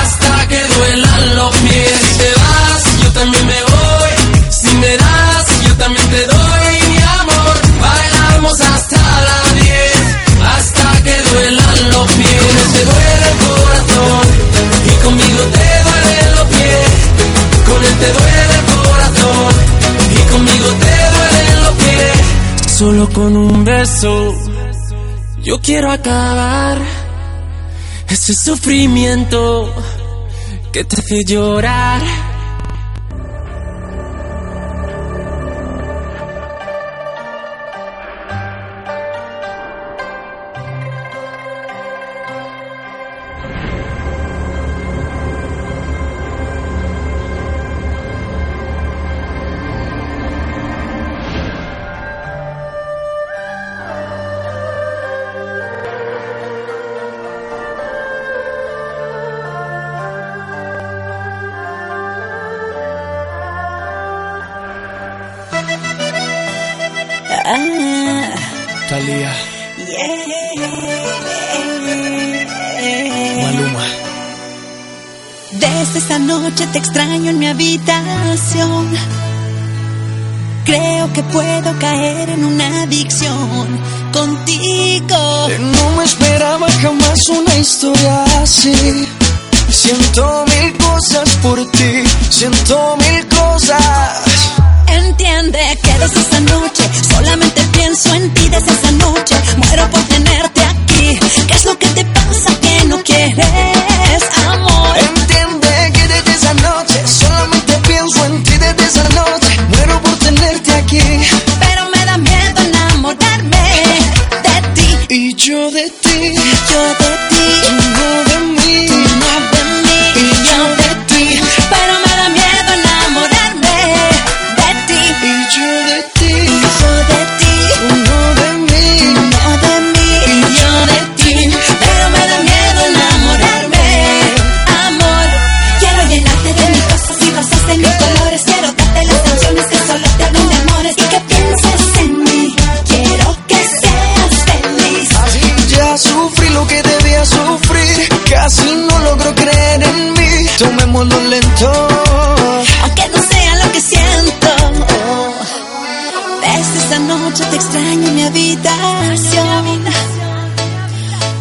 [SPEAKER 9] hasta que duelan los pies. Si te vas, yo también me voy. Si me das, yo también te doy mi amor. Bailamos hasta las 10, hasta que duelan los pies. Con él te duele el corazón y conmigo te duelen los pies. Con él te duele el corazón y conmigo te duelen los pies. Solo con un beso yo quiero acabar ese Este sufrimiento que te hace llorar. Talía. Maluma.
[SPEAKER 13] Desde esa noche te extraño en mi habitación. Creo que puedo caer en una adicción contigo.
[SPEAKER 14] No me esperaba jamás una historia así. Siento mil cosas por ti, siento mil cosas.
[SPEAKER 13] Entiende que desde esa noche solamente tú pienso en ti desde esa noche. Muero por tenerte aquí. ¿Qué es lo que te pasa que no quieres, amor?
[SPEAKER 14] Entiende que desde esa noche solamente pienso en ti desde esa noche. Muero por tenerte aquí.
[SPEAKER 13] Pero me da miedo enamorarme de ti.
[SPEAKER 14] Y yo de ti.
[SPEAKER 13] Yo de ti.
[SPEAKER 14] Tú no de mí.
[SPEAKER 13] Tú no de mí.
[SPEAKER 14] Y yo de ti.
[SPEAKER 13] Pero me da miedo enamorarme de ti.
[SPEAKER 14] Y yo de ti.
[SPEAKER 13] Yo de ti.
[SPEAKER 14] Tú no de mí.
[SPEAKER 13] No de mí.
[SPEAKER 14] Y yo de ti.
[SPEAKER 13] Pero me da miedo enamorarme, amor. Quiero llenarte de mis cosas y rosas de mis colores. Quiero darte las canciones que solo te hablan de amores y que pienses en mí. Quiero que seas feliz.
[SPEAKER 14] Así ya sufrí lo que debía sufrir. Casi no logro creer en mí. Tomémoslo lento.
[SPEAKER 13] Aunque no sea lo que siento. Desde esa noche te extraño en mi habitación.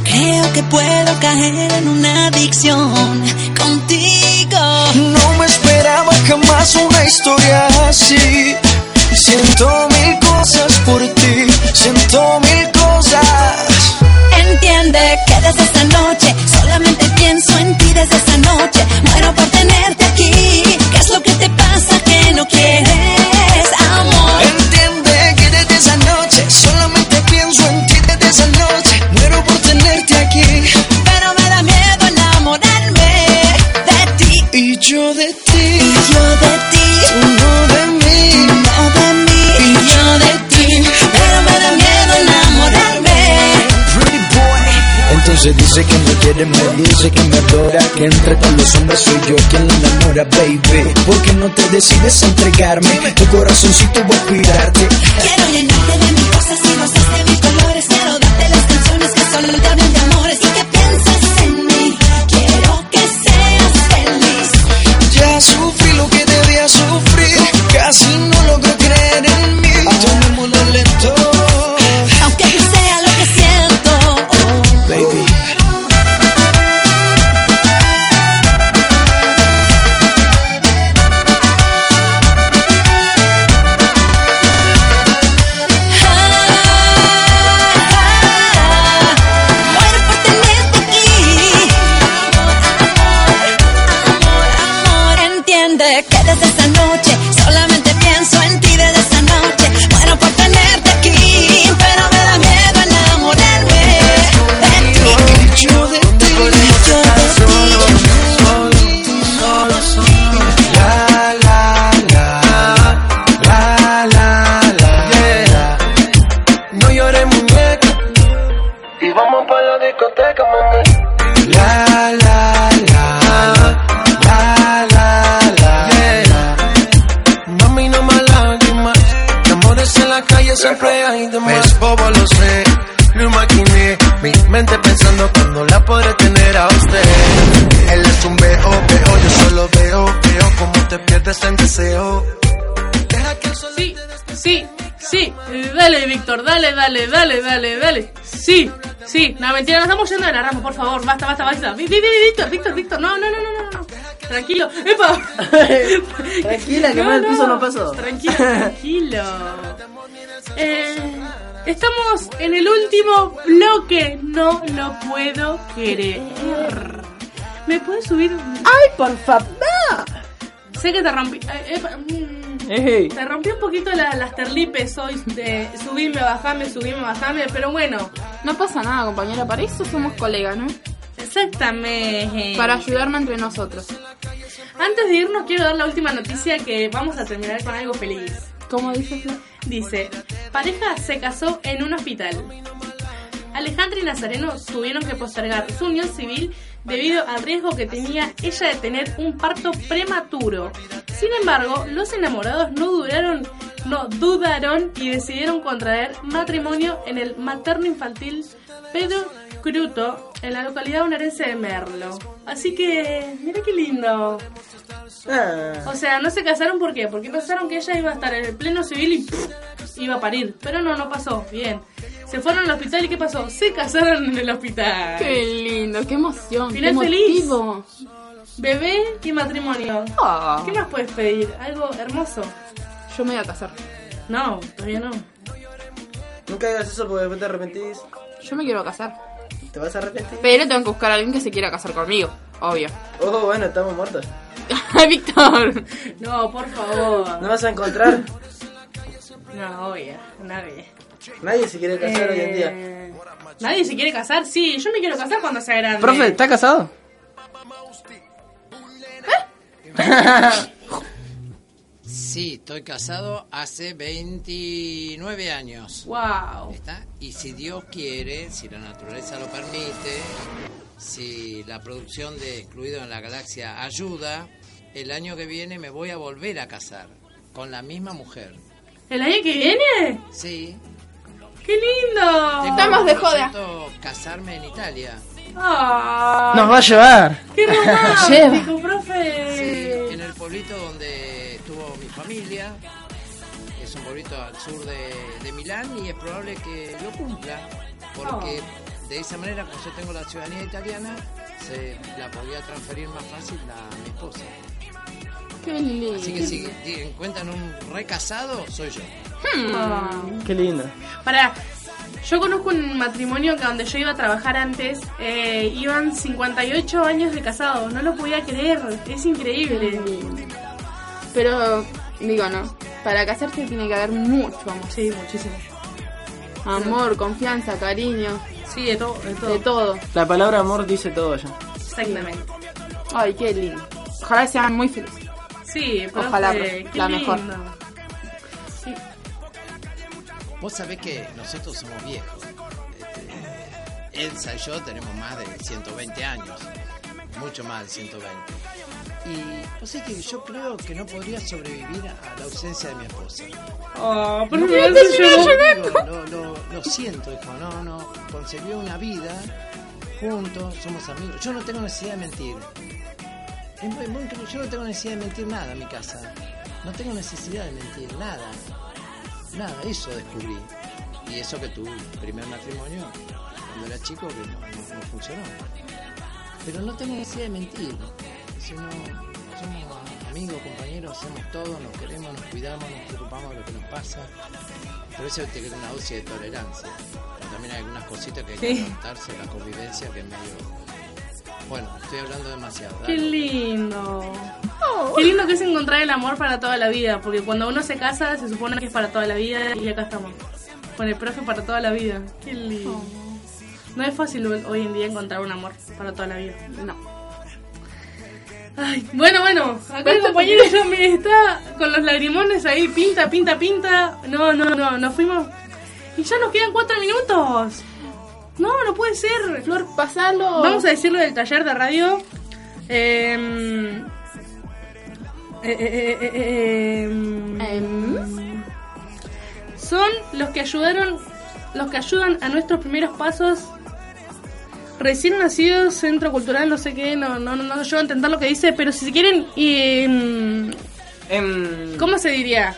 [SPEAKER 13] Creo que puedo caer en una adicción contigo.
[SPEAKER 14] No me esperaba jamás una historia así. Siento mil cosas por ti, siento mil cosas.
[SPEAKER 13] Entiende que desde esa noche solamente pienso en ti desde esa noche. Muero por tenerte aquí. ¿Qué es lo que te pasa que no quieres, amor?
[SPEAKER 14] Entiende que desde esa noche solamente pienso en ti desde esa noche. Muero por tenerte aquí
[SPEAKER 13] Pero me da miedo enamorarme de ti.
[SPEAKER 14] y yo de ti,
[SPEAKER 13] Yo de ti,
[SPEAKER 14] tú no de mí
[SPEAKER 13] no de mí.
[SPEAKER 14] y yo de ti.
[SPEAKER 13] Pero me da miedo enamorarme.
[SPEAKER 14] Pretty boy.
[SPEAKER 15] Entonces dice que me quiere, me dice que me adora Que entre todos los hombres soy yo quien la enamora, baby ¿Por qué no te decides a entregarme? Tu corazoncito voy a cuidarte
[SPEAKER 13] Quiero llenarte de mis cosas y rosas de mis colores. Quiero darte las canciones que solo te hablan de amores y que pienses en mí. Quiero que seas feliz.
[SPEAKER 14] Ya sufrí lo que debía sufrir, casi no logro creer en mí. Tomémoslo lento.
[SPEAKER 13] Aunque no sea lo que siento.
[SPEAKER 15] Baby,
[SPEAKER 13] Muero por tenerte aquí. Amor, amor, entiende que desde esa noche solamente pienso en ti desde esa noche. Muero por tenerte aquí, pero me da miedo enamorarme de ti.
[SPEAKER 14] Yo de ti,
[SPEAKER 13] Yo de ti.
[SPEAKER 14] solo, solo. La, la, la, la, la, la, yeah. No llores, muñeca.
[SPEAKER 5] Y vamos para la discoteca, mami.
[SPEAKER 14] La, la, la, la, la, la, yeah. Mami, no más lágrimas. De amores en la calle siempre hay de más.
[SPEAKER 4] Es bobo, lo sé, lo imaginé. Mi mente pensando cuando la podré tener a usted. Él es un veo, veo, yo solo veo, veo cómo te pierdes en deseo. Deja que el sol
[SPEAKER 1] Sí, sí, sí. Eh, Dale, Víctor, dale, dale, dale, dale, dale. Sí, sí. No, mentira, nos estamos yendo de la rama, por favor. Basta, basta, basta. Vi- vi- vi- Víctor, Víctor, Víctor. No, no, no, no, no, no. Tranquilo. ¡Epa!
[SPEAKER 2] Tranquila, que mal piso no pasó.
[SPEAKER 1] Tranquilo, tranquilo. Eh, estamos en el último bloque. No lo puedo creer. ¿Me puedes subir?
[SPEAKER 16] ¡Ay, por favor!
[SPEAKER 1] Sé que te rompí. eh, epa, mm.
[SPEAKER 2] Ey,
[SPEAKER 1] Te rompí un poquito la- las terlipes hoy de subirme, bajarme, subirme, bajarme, pero bueno,
[SPEAKER 3] No pasa nada, compañera. Para eso somos colegas, ¿no?
[SPEAKER 1] exactamente.
[SPEAKER 3] Para ayudarnos entre nosotros.
[SPEAKER 1] Antes de irnos quiero dar la última noticia que vamos a terminar con algo feliz.
[SPEAKER 3] ¿Cómo dices? Flor?
[SPEAKER 1] Dice, pareja se casó en un hospital. Alejandra y Nazareno tuvieron que postergar su unión civil debido al riesgo que tenía ella de tener un parto prematuro. Sin embargo, los enamorados no duraron, no dudaron y decidieron contraer matrimonio en el materno infantil Pedro Cruto en la localidad bonaerense de Merlo. Así que, mira qué lindo.
[SPEAKER 2] Ah,
[SPEAKER 1] O sea, no se casaron ¿por qué? Porque pensaron que ella iba a estar en el pleno civil y ¡puf! iba a parir. Pero no, no pasó. Bien. Se fueron al hospital y ¿qué pasó? Se casaron en el hospital.
[SPEAKER 3] Qué lindo, qué emoción.
[SPEAKER 1] Final
[SPEAKER 3] qué
[SPEAKER 1] feliz.
[SPEAKER 3] emotivo.
[SPEAKER 1] Bebé y matrimonio.
[SPEAKER 3] Ah,
[SPEAKER 1] ¿Qué más puedes pedir? ¿Algo hermoso?
[SPEAKER 3] yo me voy a casar.
[SPEAKER 1] No, todavía no.
[SPEAKER 2] Nunca hagas eso porque después te arrepentís.
[SPEAKER 3] Yo me quiero casar.
[SPEAKER 2] ¿Te vas a arrepentir?
[SPEAKER 3] Pero tengo que buscar a alguien que se quiera casar conmigo. Obvio.
[SPEAKER 2] Oh, bueno, estamos muertos.
[SPEAKER 3] Ay, Víctor.
[SPEAKER 1] No, por favor.
[SPEAKER 2] No vas a encontrar.
[SPEAKER 1] No, obvio, nadie.
[SPEAKER 2] Nadie se quiere casar hoy en día.
[SPEAKER 1] Eh, Nadie se quiere casar, sí. Yo me quiero casar cuando sea grande.
[SPEAKER 2] Profe, ¿estás casado?
[SPEAKER 12] Sí, estoy casado hace 29 años.
[SPEAKER 1] Wow.
[SPEAKER 12] ¿Está? Y si Dios quiere, si la naturaleza lo permite, si la producción de Excluido en la Galaxia ayuda, el año que viene me voy a volver a casar con la misma mujer.
[SPEAKER 1] ¿El año que viene?
[SPEAKER 12] Sí.
[SPEAKER 1] ¡Qué lindo!
[SPEAKER 12] Tengo proyecto casarme en Italia.
[SPEAKER 1] Ah,
[SPEAKER 2] Nos va a llevar.
[SPEAKER 1] ¡Qué
[SPEAKER 2] Lleva.
[SPEAKER 1] romántico, profe!
[SPEAKER 12] En el pueblito donde estuvo mi familia, es un pueblito al sur de, de Milán y es probable que lo cumpla, porque de esa manera, como yo tengo la ciudadanía italiana, se la podía transferir más fácil a mi esposa.
[SPEAKER 3] Qué lindo.
[SPEAKER 12] Así que si si encuentran un recasado, soy yo.
[SPEAKER 1] Ah.
[SPEAKER 2] Qué lindo.
[SPEAKER 1] Pará, yo conozco un matrimonio que donde yo iba a trabajar antes, eh, iban 58 años de casado, no lo podía creer, es increíble.
[SPEAKER 3] Pero, digo, no. Para casarse tiene que haber mucho amor.
[SPEAKER 1] Sí, muchísimo.
[SPEAKER 3] Amor, confianza, cariño.
[SPEAKER 1] Sí, de todo. De todo.
[SPEAKER 3] De todo.
[SPEAKER 2] La palabra amor dice todo ya.
[SPEAKER 1] Exactamente.
[SPEAKER 3] Ay, qué lindo. Ojalá que sean muy felices.
[SPEAKER 1] Sí, profe,
[SPEAKER 3] Ojalá,
[SPEAKER 1] qué
[SPEAKER 3] la mejor.
[SPEAKER 1] lindo. Sí.
[SPEAKER 12] Vos sabés que nosotros somos viejos. Este, Elsa y yo tenemos más de 120 años, mucho más de 120. Y vos sabés que yo creo que no podría sobrevivir a la ausencia de mi esposa.
[SPEAKER 1] Oh,
[SPEAKER 12] No,
[SPEAKER 1] profe, me hace llorar.
[SPEAKER 12] digo, lo, lo- lo siento, hijo, no, no. Concebió una vida juntos, somos amigos. Yo no tengo necesidad de mentir. Es muy- muy increíble, yo no tengo necesidad de mentir nada en mi casa. No tengo necesidad de mentir nada. Nada, eso descubrí. Y eso que tu primer matrimonio, cuando era chico, que no, no- no funcionó. Pero no tengo necesidad de mentir. Si no, somos amigos, compañeros, hacemos todo, nos queremos, nos cuidamos, nos preocupamos de lo que nos pasa. Pero eso te crea una dosis de tolerancia. Pero también hay algunas cositas que hay que
[SPEAKER 1] Sí.
[SPEAKER 12] adaptarse a la convivencia que es medio. Bueno, estoy hablando demasiado.
[SPEAKER 1] Qué
[SPEAKER 12] dale.
[SPEAKER 1] lindo. Qué lindo que es encontrar el amor para toda la vida, porque cuando uno se casa se supone que es para toda la vida y acá estamos. Con el profe para toda la vida. Qué lindo. No es fácil hoy hoy en día encontrar un amor para toda la vida.
[SPEAKER 3] No.
[SPEAKER 1] Ay, bueno, bueno, acá el compañero también está con los lagrimones ahí, pinta, pinta, pinta. No, no, no, nos fuimos. Y ya nos quedan cuatro minutos. No, no puede ser.
[SPEAKER 3] Flor, pasalo.
[SPEAKER 1] Vamos a decirlo del taller de radio. Em, eh, eh, eh, eh, eh, em, son los que ayudaron, los que ayudan a nuestros primeros pasos. Recién nacidos, centro cultural, no sé qué, no, no, no, no llego a entender lo que dice, pero si se quieren, em,
[SPEAKER 2] Em,
[SPEAKER 1] ¿cómo se diría?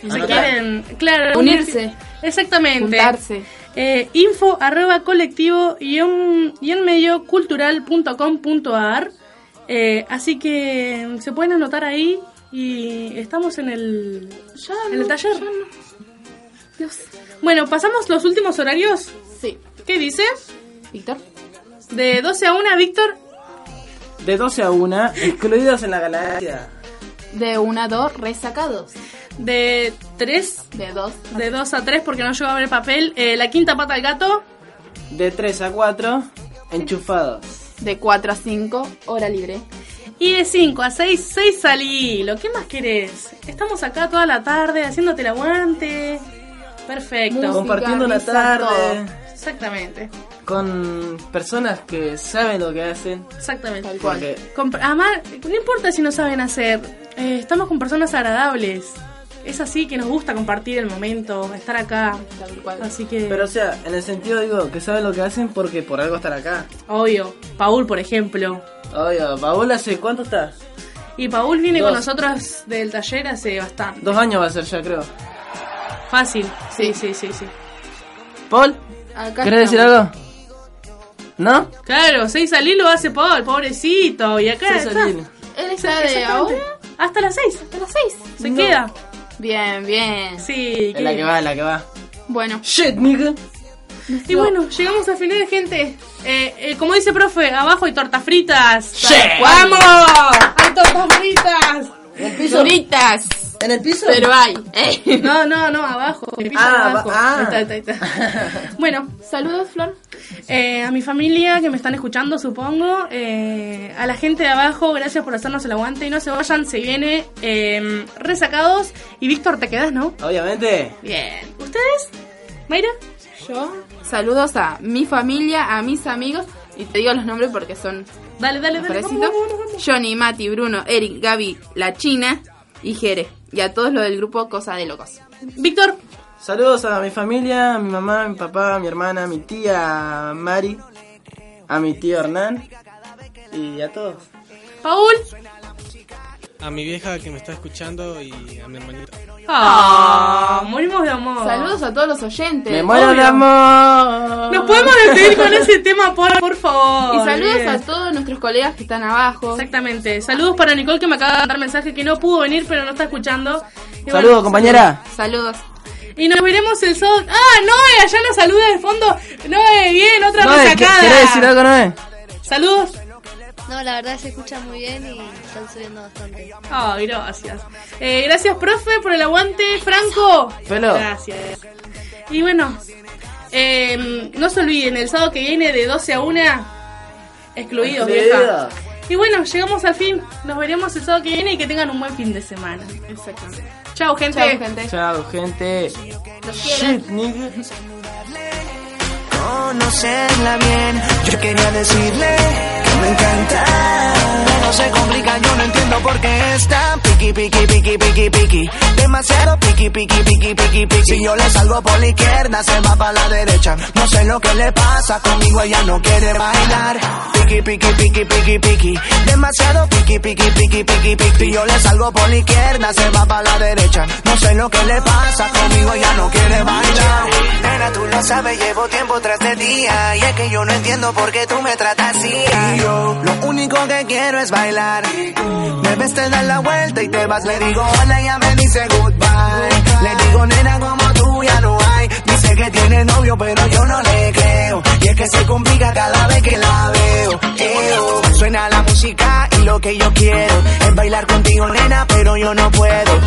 [SPEAKER 1] Si se
[SPEAKER 3] Anotar.
[SPEAKER 1] quieren, claro,
[SPEAKER 3] Unirse.
[SPEAKER 1] Exactamente.
[SPEAKER 3] Juntarse.
[SPEAKER 1] Eh, info arroba colectivo y en, medio cultural.com.ar eh, Así que se pueden anotar ahí y estamos en el, en el taller. Bueno, pasamos los últimos horarios.
[SPEAKER 3] Sí.
[SPEAKER 1] ¿Qué dice?
[SPEAKER 3] Víctor.
[SPEAKER 1] De 12 a 1, Víctor.
[SPEAKER 2] De 12 a 1, excluidos en la galaxia.
[SPEAKER 3] De una a dos, resacados.
[SPEAKER 1] De 3,
[SPEAKER 3] De dos.
[SPEAKER 1] de 2 a 3 porque no llevo a ver papel. Eh, la quinta pata al gato.
[SPEAKER 2] De 3 a 4, enchufados.
[SPEAKER 3] De cuatro a cinco, hora libre.
[SPEAKER 1] Y de 5 a 6, 6 salí. ¿Lo que más querés? Estamos acá toda la tarde haciéndote el aguante. Perfecto.
[SPEAKER 3] Música,
[SPEAKER 2] Compartiendo la
[SPEAKER 3] risa,
[SPEAKER 2] tarde
[SPEAKER 1] Exactamente.
[SPEAKER 2] con personas que saben lo que hacen.
[SPEAKER 1] Exactamente.
[SPEAKER 3] Tal cual.
[SPEAKER 2] Porque
[SPEAKER 1] Con- Además, no importa si no saben hacer, eh, estamos con personas agradables. Es así que nos gusta compartir el momento, estar acá.
[SPEAKER 3] Tal cual.
[SPEAKER 1] Así que,
[SPEAKER 2] Pero o sea, en el sentido digo que saben lo que hacen porque por algo están acá.
[SPEAKER 1] obvio, Paul, por ejemplo.
[SPEAKER 2] Oye, Paola, ¿hace cuánto está?
[SPEAKER 1] Y Paul viene con
[SPEAKER 2] Dos.
[SPEAKER 1] nosotros del taller hace bastante.
[SPEAKER 2] Dos años va a ser ya, creo.
[SPEAKER 1] Fácil. Sí, sí, sí, sí.
[SPEAKER 2] Paul,
[SPEAKER 3] Acá
[SPEAKER 2] ¿querés decir
[SPEAKER 3] estamos.
[SPEAKER 2] algo? ¿No?
[SPEAKER 1] Claro, 6 al lo hace Paul, pobrecito. Y acá
[SPEAKER 2] Sí,
[SPEAKER 1] está.
[SPEAKER 2] Solín.
[SPEAKER 3] Él está de
[SPEAKER 1] Exactamente.
[SPEAKER 3] ahora
[SPEAKER 1] Hasta las 6.
[SPEAKER 3] hasta las seis.
[SPEAKER 1] Se queda.
[SPEAKER 3] Bien, bien.
[SPEAKER 1] Sí,
[SPEAKER 2] Es la
[SPEAKER 1] qué-
[SPEAKER 2] que va, es la que va.
[SPEAKER 3] Bueno.
[SPEAKER 2] Shit, nigga.
[SPEAKER 1] Y bueno, llegamos al final, gente. Eh, eh, como dice profe, abajo hay tortas fritas.
[SPEAKER 3] Yeah.
[SPEAKER 1] ¡Vamos! ¡Hay tortas fritas!
[SPEAKER 3] Duritas.
[SPEAKER 16] ¿En el piso?
[SPEAKER 3] Pero hay.
[SPEAKER 1] No, no, no, abajo. El piso
[SPEAKER 16] Ah,
[SPEAKER 1] abajo.
[SPEAKER 16] ba- ah.
[SPEAKER 1] Ahí está, ahí está, ahí está. Bueno, saludos, Flor. Eh, a mi familia que me están escuchando, supongo. Eh, a la gente de abajo, gracias por hacernos el aguante. Y no se vayan, se viene eh, resacados. Y Víctor, te quedas, ¿no?
[SPEAKER 2] Obviamente.
[SPEAKER 1] Bien. ¿Ustedes? ¿Mayra?
[SPEAKER 3] Yo. Saludos a mi familia, a mis amigos. Y te digo los nombres porque son.
[SPEAKER 1] Dale, dale, dale.
[SPEAKER 3] parecitos. Johnny, Mati, Bruno, Eric, Gaby, la China y Jere. Y a todos los del grupo Cosa de Locos.
[SPEAKER 1] Víctor.
[SPEAKER 2] Saludos a mi familia, a mi mamá, a mi papá, a mi hermana, a mi tía Mari, a mi tío Hernán y a todos.
[SPEAKER 1] Paul.
[SPEAKER 17] A mi vieja que me está escuchando y a mi hermanito.
[SPEAKER 1] Ah, morimos de amor.
[SPEAKER 3] Saludos a todos los oyentes.
[SPEAKER 2] Me muero de
[SPEAKER 3] Obvio.
[SPEAKER 2] amor.
[SPEAKER 1] Nos podemos despedir con ese tema, por, por favor.
[SPEAKER 3] Y saludos
[SPEAKER 1] Bien.
[SPEAKER 3] a todos nuestros colegas que están abajo.
[SPEAKER 1] Exactamente. Saludos para Nicole que me acaba de mandar mensaje que no pudo venir pero no está escuchando. Y
[SPEAKER 2] Saludos, compañera.
[SPEAKER 3] Saludos.
[SPEAKER 1] Y nos veremos el sábado. Ah, Noé, allá nos saluda de fondo. Noé, bien, otra
[SPEAKER 2] Noé, ¿qué-
[SPEAKER 1] resacada.
[SPEAKER 2] ¿Querés decir algo, Noé?
[SPEAKER 1] Saludos.
[SPEAKER 18] No, la verdad se escucha muy bien y están subiendo bastante.
[SPEAKER 1] Ay, gracias. Eh, gracias, profe, por el aguante. Franco.
[SPEAKER 2] Pelo.
[SPEAKER 1] Gracias. Y bueno, eh, no se olviden, el sábado que viene de 12 a 1, excluidos, vieja. Y bueno, llegamos al fin. Nos veremos el sábado que viene y que tengan un buen fin de semana.
[SPEAKER 3] Exactamente.
[SPEAKER 1] Chao, gente.
[SPEAKER 3] Chao, gente.
[SPEAKER 2] Chao, gente.
[SPEAKER 1] quiero.
[SPEAKER 2] Shit, nigga.
[SPEAKER 19] conocerla bien. Yo quería decirle que me encanta. Pero se complica, yo no entiendo por qué está piqui, piqui, piqui, piqui, piqui. Demasiado piqui, piqui, piqui, piqui, piqui. Si yo le salgo por la izquierda, se va para la derecha. No sé lo que le pasa conmigo, ella no quiere bailar. Piqui, piqui, piqui, piqui, piqui. Demasiado piqui, piqui, piqui, piqui, piqui. Si yo le salgo por la izquierda, se va para la derecha. No sé lo que le pasa conmigo, ella no quiere bailar. Nena, tú lo sabes, llevo tiempo tras de día. Y es que yo no entiendo por qué tú me tratas así. Y yo, lo único que quiero es bailar. Me ves, te das la vuelta y te vas. Le digo hola, ella me dice goodbye. Le digo, nena, como tú ya no hay. Dice que tiene novio, pero yo no le creo. Y es que se complica cada vez que la veo. Eo. Suena la música y lo que yo quiero es bailar contigo, nena, pero yo no puedo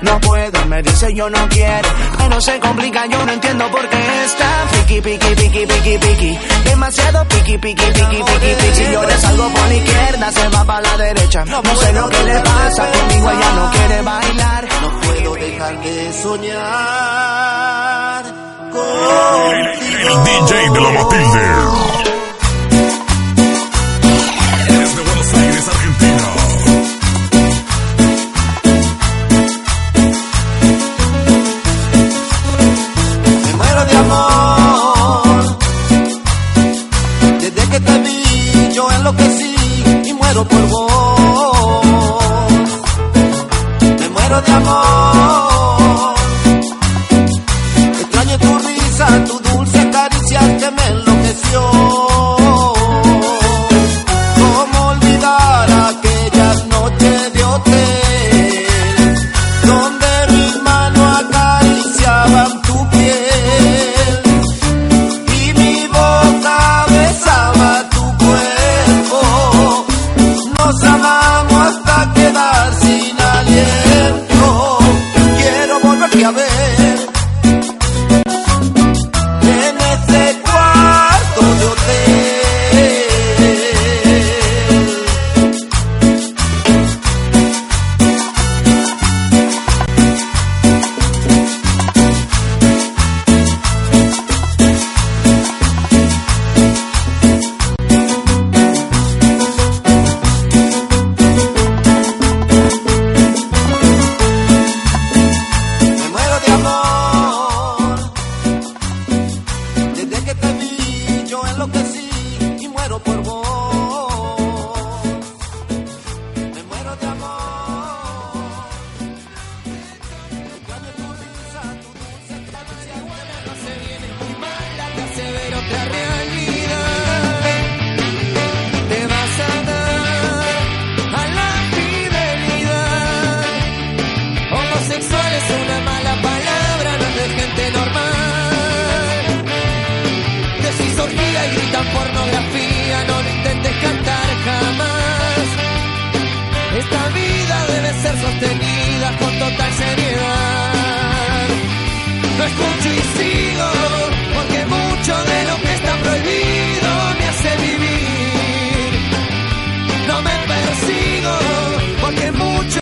[SPEAKER 19] no puedo, me dice yo no quiero, pero se complica, yo no entiendo por qué está piqui, piqui, piqui, piqui, piqui, demasiado piqui, piqui, piqui, piqui, piqui, si yo le salgo por la izquierda, se va para la derecha, no sé lo que le pasa, conmigo ella no quiere bailar, no puedo dejar de soñar
[SPEAKER 20] El DJ de la Matilde. Desde Buenos Aires, Argentina.
[SPEAKER 19] Me muero de amor. Desde que te vi, yo enloquecí y muero por vos. Me muero de amor. Extraño tu risa, tu dulce caricia que me enloqueció.